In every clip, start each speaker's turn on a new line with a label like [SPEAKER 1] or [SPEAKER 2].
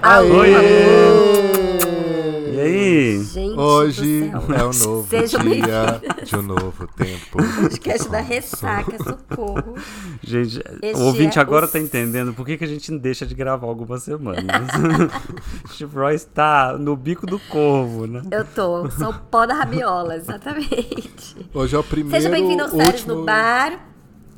[SPEAKER 1] Aê!
[SPEAKER 2] Aê!
[SPEAKER 3] E aí?
[SPEAKER 1] Gente do
[SPEAKER 2] Hoje
[SPEAKER 1] céu.
[SPEAKER 2] é um novo
[SPEAKER 1] Sejam
[SPEAKER 2] dia de um novo tempo.
[SPEAKER 1] Podcast da ressaca, socorro.
[SPEAKER 3] Gente,
[SPEAKER 1] Este
[SPEAKER 3] o ouvinte
[SPEAKER 1] é
[SPEAKER 3] agora
[SPEAKER 1] o
[SPEAKER 3] tá entendendo por que, que a gente deixa de gravar algumas semanas. Steve Roy está no bico do corvo, né?
[SPEAKER 1] Eu tô, sou o pó da rabiola, exatamente.
[SPEAKER 2] Hoje é o primeiro,
[SPEAKER 1] Seja bem-vindo ao Séries
[SPEAKER 2] último,
[SPEAKER 1] no Bar.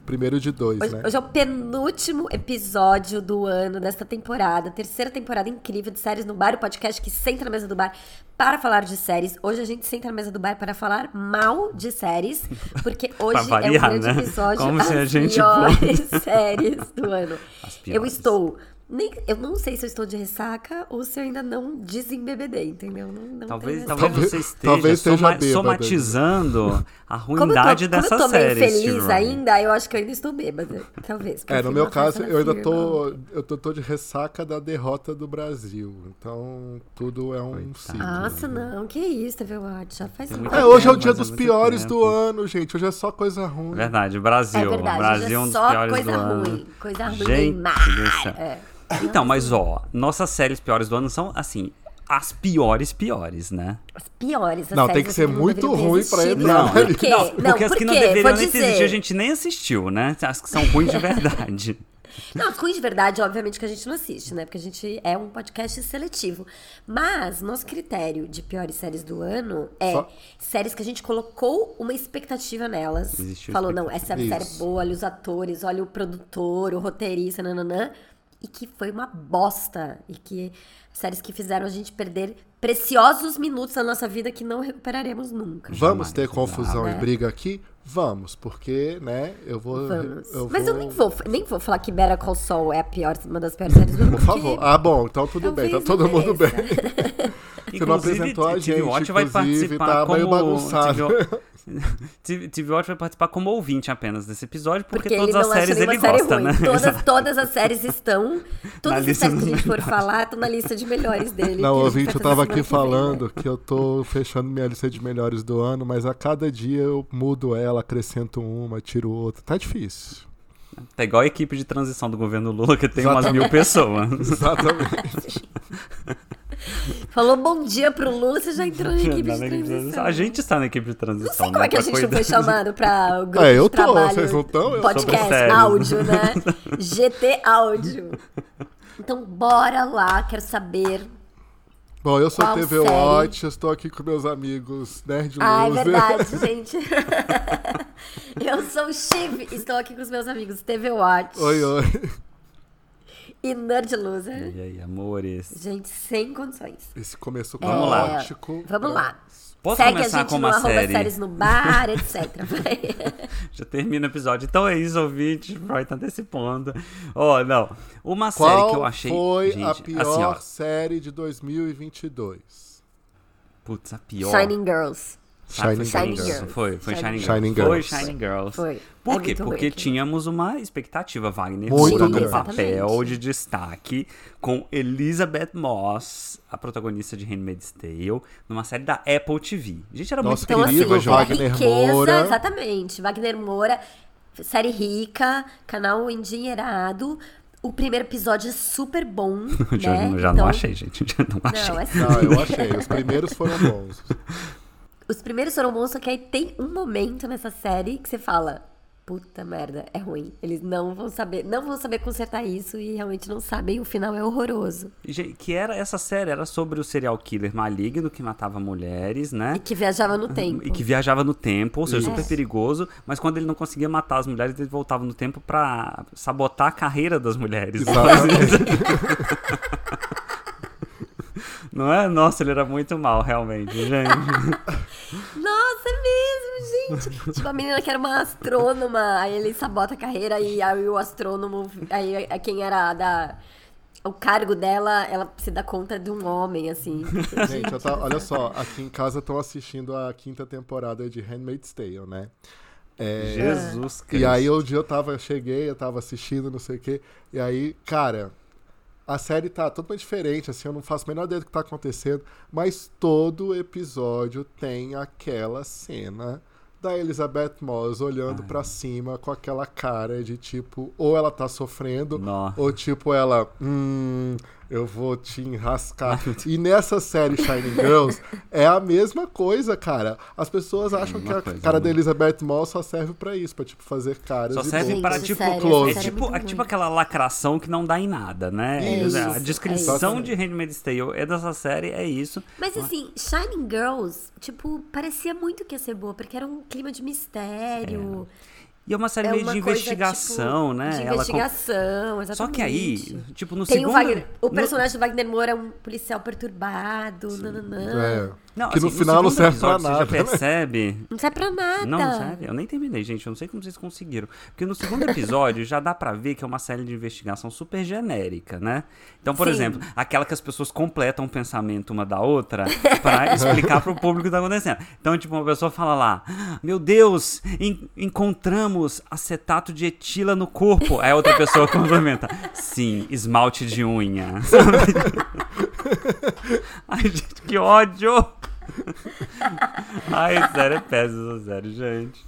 [SPEAKER 2] primeiro de dois,
[SPEAKER 1] Hoje,
[SPEAKER 2] né?
[SPEAKER 1] hoje é o penúltimo episódio do ano, desta temporada. Terceira temporada incrível de Séries no Bar, o podcast que senta na mesa do bar para falar de séries. Hoje a gente senta na mesa do bar para falar mal de séries, porque
[SPEAKER 3] Pra
[SPEAKER 1] hoje é
[SPEAKER 3] variar,
[SPEAKER 1] o grande
[SPEAKER 3] né?
[SPEAKER 1] episódio
[SPEAKER 3] Como se a
[SPEAKER 1] as
[SPEAKER 3] gente
[SPEAKER 1] piores séries do ano.
[SPEAKER 3] As
[SPEAKER 1] Eu
[SPEAKER 3] piores.
[SPEAKER 1] estou... Nem, eu não sei se eu estou de ressaca ou se eu ainda não desembebedei, entendeu? Não, não
[SPEAKER 3] Talvez,
[SPEAKER 1] tenho
[SPEAKER 3] talvez
[SPEAKER 2] Talvez-
[SPEAKER 3] você esteja
[SPEAKER 2] talvez esteja
[SPEAKER 3] soma-
[SPEAKER 2] bêbado.
[SPEAKER 3] somatizando a
[SPEAKER 1] Como eu
[SPEAKER 3] ruindade
[SPEAKER 1] tô,
[SPEAKER 3] dessa
[SPEAKER 1] como eu tô
[SPEAKER 3] série.
[SPEAKER 1] meio
[SPEAKER 3] Steve
[SPEAKER 1] feliz
[SPEAKER 3] Roy.
[SPEAKER 1] ainda, eu acho que eu ainda estou bêbada. Talvez. que
[SPEAKER 2] É,
[SPEAKER 1] assim, eu
[SPEAKER 2] no
[SPEAKER 1] fui
[SPEAKER 2] meu
[SPEAKER 1] uma
[SPEAKER 2] caso,
[SPEAKER 1] festa
[SPEAKER 2] eu ainda
[SPEAKER 1] firme,
[SPEAKER 2] tô, eu tô, tô de ressaca da derrota do Brasil. Então, tudo é um ciclo.
[SPEAKER 1] Nossa, não, que isso, TV Watch. Já faz um
[SPEAKER 3] muita
[SPEAKER 2] É,
[SPEAKER 1] tempo.
[SPEAKER 2] hoje é o
[SPEAKER 3] Mas
[SPEAKER 2] dia
[SPEAKER 3] é
[SPEAKER 2] dos
[SPEAKER 3] muito
[SPEAKER 2] piores
[SPEAKER 3] tempo.
[SPEAKER 2] do ano, gente. Hoje é só coisa ruim.
[SPEAKER 3] Verdade, Brasil.
[SPEAKER 1] É verdade, hoje
[SPEAKER 3] Brasil
[SPEAKER 1] é
[SPEAKER 3] é um dos
[SPEAKER 1] só
[SPEAKER 3] piores
[SPEAKER 1] coisa
[SPEAKER 3] do
[SPEAKER 1] ruim,
[SPEAKER 3] ano.
[SPEAKER 1] coisa ruim,
[SPEAKER 3] Gente,
[SPEAKER 1] Neymar.
[SPEAKER 3] do céu.
[SPEAKER 1] É.
[SPEAKER 3] Então, mas ó, nossas séries piores do ano são, assim, as piores piores, né?
[SPEAKER 1] As piores. as
[SPEAKER 2] Não, tem
[SPEAKER 1] séries
[SPEAKER 2] que ser
[SPEAKER 3] assim
[SPEAKER 1] não
[SPEAKER 2] muito
[SPEAKER 1] deveriam ter
[SPEAKER 2] ruim pra né?
[SPEAKER 1] existido.
[SPEAKER 2] entrar na
[SPEAKER 1] Por
[SPEAKER 2] lista.
[SPEAKER 1] quê?
[SPEAKER 3] Não,
[SPEAKER 1] Não,
[SPEAKER 3] porque as
[SPEAKER 1] por
[SPEAKER 3] que não
[SPEAKER 1] quê?
[SPEAKER 3] deveriam
[SPEAKER 1] Vou
[SPEAKER 3] nem
[SPEAKER 1] dizer.
[SPEAKER 3] existir, a gente nem assistiu, né? As que são ruins de verdade.
[SPEAKER 1] Não, as ruins de verdade, obviamente, que a gente não assiste, né? Porque a gente é um podcast seletivo. Mas nosso critério de piores séries do ano é
[SPEAKER 2] Só-
[SPEAKER 1] séries que a gente colocou uma expectativa nelas.
[SPEAKER 3] Existiu
[SPEAKER 1] Falou, não, essa
[SPEAKER 2] Isso.
[SPEAKER 1] série é boa, olha os atores, olha o produtor, o roteirista, nananã. E que foi uma bosta. E que séries que fizeram a gente perder preciosos minutos da nossa vida que não recuperaremos nunca.
[SPEAKER 2] Vamos
[SPEAKER 3] Jamais, é
[SPEAKER 2] ter confusão
[SPEAKER 1] né?
[SPEAKER 2] e briga aqui? Vamos, porque, né, eu vou...
[SPEAKER 1] Vamos.
[SPEAKER 2] Eu
[SPEAKER 1] Mas eu nem vou, nem vou falar que Better Call Saul é a pior, uma das piores séries do ano.
[SPEAKER 2] Por favor. Ah, bom, então tudo bem. Tá
[SPEAKER 1] Talvez
[SPEAKER 2] todo
[SPEAKER 1] não
[SPEAKER 2] mundo bem.
[SPEAKER 1] mereça.
[SPEAKER 2] Você não apresentou a
[SPEAKER 3] TV
[SPEAKER 2] gente,
[SPEAKER 3] Watch vai
[SPEAKER 2] inclusive,
[SPEAKER 3] participar
[SPEAKER 2] tá
[SPEAKER 3] como...
[SPEAKER 2] meio bagunçado.
[SPEAKER 3] TV, TV Watch vai participar como ouvinte apenas desse episódio, porque,
[SPEAKER 1] Porque, ele
[SPEAKER 3] todas
[SPEAKER 1] não
[SPEAKER 3] as
[SPEAKER 1] acha
[SPEAKER 3] séries
[SPEAKER 1] nenhuma
[SPEAKER 3] ele
[SPEAKER 1] série
[SPEAKER 3] gosta,
[SPEAKER 1] ruim.
[SPEAKER 3] né?
[SPEAKER 1] Todas, todas as séries estão.
[SPEAKER 3] Na
[SPEAKER 1] Todas as
[SPEAKER 3] lista
[SPEAKER 1] séries que a
[SPEAKER 3] dos
[SPEAKER 1] gente for falar estão na lista de melhores dele.
[SPEAKER 2] Não,
[SPEAKER 1] que a gente
[SPEAKER 2] ouvinte,
[SPEAKER 1] vai
[SPEAKER 2] eu
[SPEAKER 1] fazer
[SPEAKER 2] tava
[SPEAKER 1] semana
[SPEAKER 2] aqui
[SPEAKER 1] que vem, né?
[SPEAKER 2] falando que eu tô fechando minha lista de melhores do ano, mas a cada dia eu mudo ela, acrescento uma, tiro outra. Tá difícil.
[SPEAKER 3] Tá igual a equipe de transição do governo Lula, que tem umas
[SPEAKER 2] Exatamente.
[SPEAKER 3] mil pessoas.
[SPEAKER 2] Exatamente.
[SPEAKER 1] Falou bom dia pro Lula, você já entrou na equipe
[SPEAKER 3] Na
[SPEAKER 1] de
[SPEAKER 3] equipe é de
[SPEAKER 1] transição.
[SPEAKER 3] A gente está na equipe de transição, né?
[SPEAKER 1] Não sei como é que a gente não foi chamado pra grupo
[SPEAKER 2] É, eu
[SPEAKER 1] de
[SPEAKER 2] tô,
[SPEAKER 1] trabalho,
[SPEAKER 2] vocês não tão?
[SPEAKER 3] Sobre
[SPEAKER 2] Eu-
[SPEAKER 1] Podcast,
[SPEAKER 3] séries.
[SPEAKER 1] áudio, né? GT áudio. Então, bora lá, quero saber.
[SPEAKER 2] Bom, eu sou
[SPEAKER 1] Qual
[SPEAKER 2] TV
[SPEAKER 1] série?
[SPEAKER 2] Watch, eu estou aqui com meus amigos Nerd
[SPEAKER 1] Ah, é
[SPEAKER 2] Loser.
[SPEAKER 1] verdade, gente. Eu sou o Chive, estou aqui com os meus amigos TV Watch
[SPEAKER 2] Oi, oi.
[SPEAKER 1] e Nerd Loser.
[SPEAKER 3] E aí, amores?
[SPEAKER 1] Gente, sem condições.
[SPEAKER 2] Esse começo
[SPEAKER 3] Vamos lá.
[SPEAKER 2] caótico.
[SPEAKER 1] Vamos lá.
[SPEAKER 3] Posso
[SPEAKER 1] Segue
[SPEAKER 3] começar
[SPEAKER 1] a gente
[SPEAKER 3] com
[SPEAKER 1] no
[SPEAKER 3] uma
[SPEAKER 1] arroba
[SPEAKER 3] série?
[SPEAKER 1] séries no bar, etc. Vai.
[SPEAKER 3] Já termina o episódio. Então é isso, ouvinte. Roy tá antecipando. Ó, não. Uma série
[SPEAKER 2] Qual
[SPEAKER 3] que eu achei.
[SPEAKER 2] foi
[SPEAKER 3] gente,
[SPEAKER 2] a pior
[SPEAKER 3] assim, ó.
[SPEAKER 2] série de 2022?
[SPEAKER 3] Putz, a pior.
[SPEAKER 1] Shining Girls.
[SPEAKER 3] Ah, foi
[SPEAKER 1] Shining
[SPEAKER 3] Girls.
[SPEAKER 1] Girls.
[SPEAKER 3] Foi, foi Shining,
[SPEAKER 1] Shining
[SPEAKER 2] Shining
[SPEAKER 3] Girls. Foi
[SPEAKER 2] Girls.
[SPEAKER 3] Shining Girls.
[SPEAKER 1] Foi. É
[SPEAKER 3] Por quê?
[SPEAKER 1] muito
[SPEAKER 3] Porque
[SPEAKER 1] ruim.
[SPEAKER 3] tínhamos uma expectativa, Wagner,
[SPEAKER 2] Muito
[SPEAKER 3] Moura num
[SPEAKER 2] grande.
[SPEAKER 3] papel
[SPEAKER 1] Exatamente.
[SPEAKER 3] de destaque com Elizabeth Moss, a protagonista de Handmaid's Tale, numa série da Apple TV. Gente, era
[SPEAKER 2] Nossa,
[SPEAKER 3] muito
[SPEAKER 1] Então, assim,
[SPEAKER 2] Querido
[SPEAKER 1] é
[SPEAKER 2] Wagner
[SPEAKER 1] riqueza,
[SPEAKER 2] Moura.
[SPEAKER 1] exatamente. Wagner Moura, série rica, canal endinheirado. O primeiro episódio é super bom.
[SPEAKER 3] já,
[SPEAKER 1] né?
[SPEAKER 3] já
[SPEAKER 1] Então-
[SPEAKER 3] não achei, gente. Já não achei.
[SPEAKER 1] Não, é assim.
[SPEAKER 2] Não, eu achei. Os primeiros foram bons.
[SPEAKER 1] Os primeiros foram bons, só que aí tem um momento nessa série que você fala. Puta merda, é ruim. Eles não vão saber, não vão saber consertar isso e realmente não sabem. O final é horroroso.
[SPEAKER 3] Gente, Que era essa série, era sobre o serial killer maligno que matava mulheres, né?
[SPEAKER 1] E que viajava no tempo.
[SPEAKER 3] E que viajava no tempo, ou seja,
[SPEAKER 2] Isso.
[SPEAKER 3] super perigoso, mas quando ele não conseguia matar as mulheres, ele voltava no tempo pra sabotar a carreira das mulheres.
[SPEAKER 2] Exatamente.
[SPEAKER 3] Não é? Nossa, ele era muito mal, realmente, gente.
[SPEAKER 1] Nossa, é mesmo, gente. tipo, a menina que era uma astrônoma, aí ele sabota a carreira e aí o astrônomo, aí é quem era da o cargo dela, ela se dá conta de um homem assim.
[SPEAKER 2] Gente, eu tava- olha só, aqui em casa estão assistindo a quinta temporada de Handmaid's Tale, né? É,
[SPEAKER 3] Jesus Cristo.
[SPEAKER 2] E aí um dia eu tava, eu cheguei, eu tava assistindo, não sei o quê. E aí, cara, a série tá totalmente diferente, assim, eu não faço a menor ideia do que tá acontecendo, mas todo episódio tem aquela cena da Elizabeth Moss olhando pra cima com
[SPEAKER 3] Ah.
[SPEAKER 2] aquela cara de tipo, ou ela tá sofrendo,
[SPEAKER 3] Nossa.
[SPEAKER 2] ou tipo ela, hum, Eu vou te enrascar. E nessa série Shining Girls é a mesma coisa, cara. As pessoas acham que
[SPEAKER 3] mesma
[SPEAKER 2] a
[SPEAKER 3] coisa,
[SPEAKER 2] cara
[SPEAKER 3] né?
[SPEAKER 2] da Elizabeth Moss só serve pra isso, pra tipo fazer caras
[SPEAKER 3] Só
[SPEAKER 2] e
[SPEAKER 3] serve
[SPEAKER 2] bocas.
[SPEAKER 3] para,
[SPEAKER 1] Gente,
[SPEAKER 3] tipo,
[SPEAKER 1] sério,
[SPEAKER 2] close.
[SPEAKER 3] é
[SPEAKER 1] sério,
[SPEAKER 3] tipo,
[SPEAKER 1] muito
[SPEAKER 3] é
[SPEAKER 1] ruim.
[SPEAKER 3] tipo aquela lacração que não dá em nada, né?
[SPEAKER 2] É
[SPEAKER 3] Isso,
[SPEAKER 1] isso,
[SPEAKER 3] a
[SPEAKER 1] é
[SPEAKER 3] descrição
[SPEAKER 2] isso.
[SPEAKER 3] de Handmaid's Tale é dessa série, é isso.
[SPEAKER 1] Mas assim, Shining Girls, tipo, parecia muito que ia ser boa, porque era um clima de mistério.
[SPEAKER 3] E é uma série
[SPEAKER 1] É,
[SPEAKER 3] meio
[SPEAKER 1] uma
[SPEAKER 3] de
[SPEAKER 1] coisa,
[SPEAKER 3] investigação,
[SPEAKER 1] tipo,
[SPEAKER 3] né?
[SPEAKER 1] De
[SPEAKER 3] Ela com-
[SPEAKER 1] investigação, exatamente.
[SPEAKER 3] Só que aí, tipo, no
[SPEAKER 1] Tem
[SPEAKER 3] segundo... né?
[SPEAKER 1] o Wagner. O
[SPEAKER 3] no-
[SPEAKER 1] personagem do Wagner Moura é um policial perturbado. nananã.
[SPEAKER 2] É.
[SPEAKER 3] Não,
[SPEAKER 2] que no
[SPEAKER 3] assim,
[SPEAKER 2] final não
[SPEAKER 3] segundo
[SPEAKER 2] serve pra
[SPEAKER 3] episódio,
[SPEAKER 2] nada. né?
[SPEAKER 3] Você já percebe...
[SPEAKER 1] Não serve pra nada.
[SPEAKER 3] Não, não serve. Eu nem terminei, gente. Eu não sei como vocês conseguiram. Porque no segundo episódio já dá pra ver que é uma série de investigação super genérica, né? Então, por
[SPEAKER 1] Sim.
[SPEAKER 3] exemplo, aquela que as pessoas completam o pensamento uma da outra pra explicar pro público o que tá acontecendo. Então, tipo, uma pessoa fala lá: Meu Deus, en- encontramos acetato de etila no corpo. Aí a outra pessoa complementa: Sim, esmalte de unha. Sabe? Ai, gente, que ódio! Ai, sério, é péssimo essa série, gente.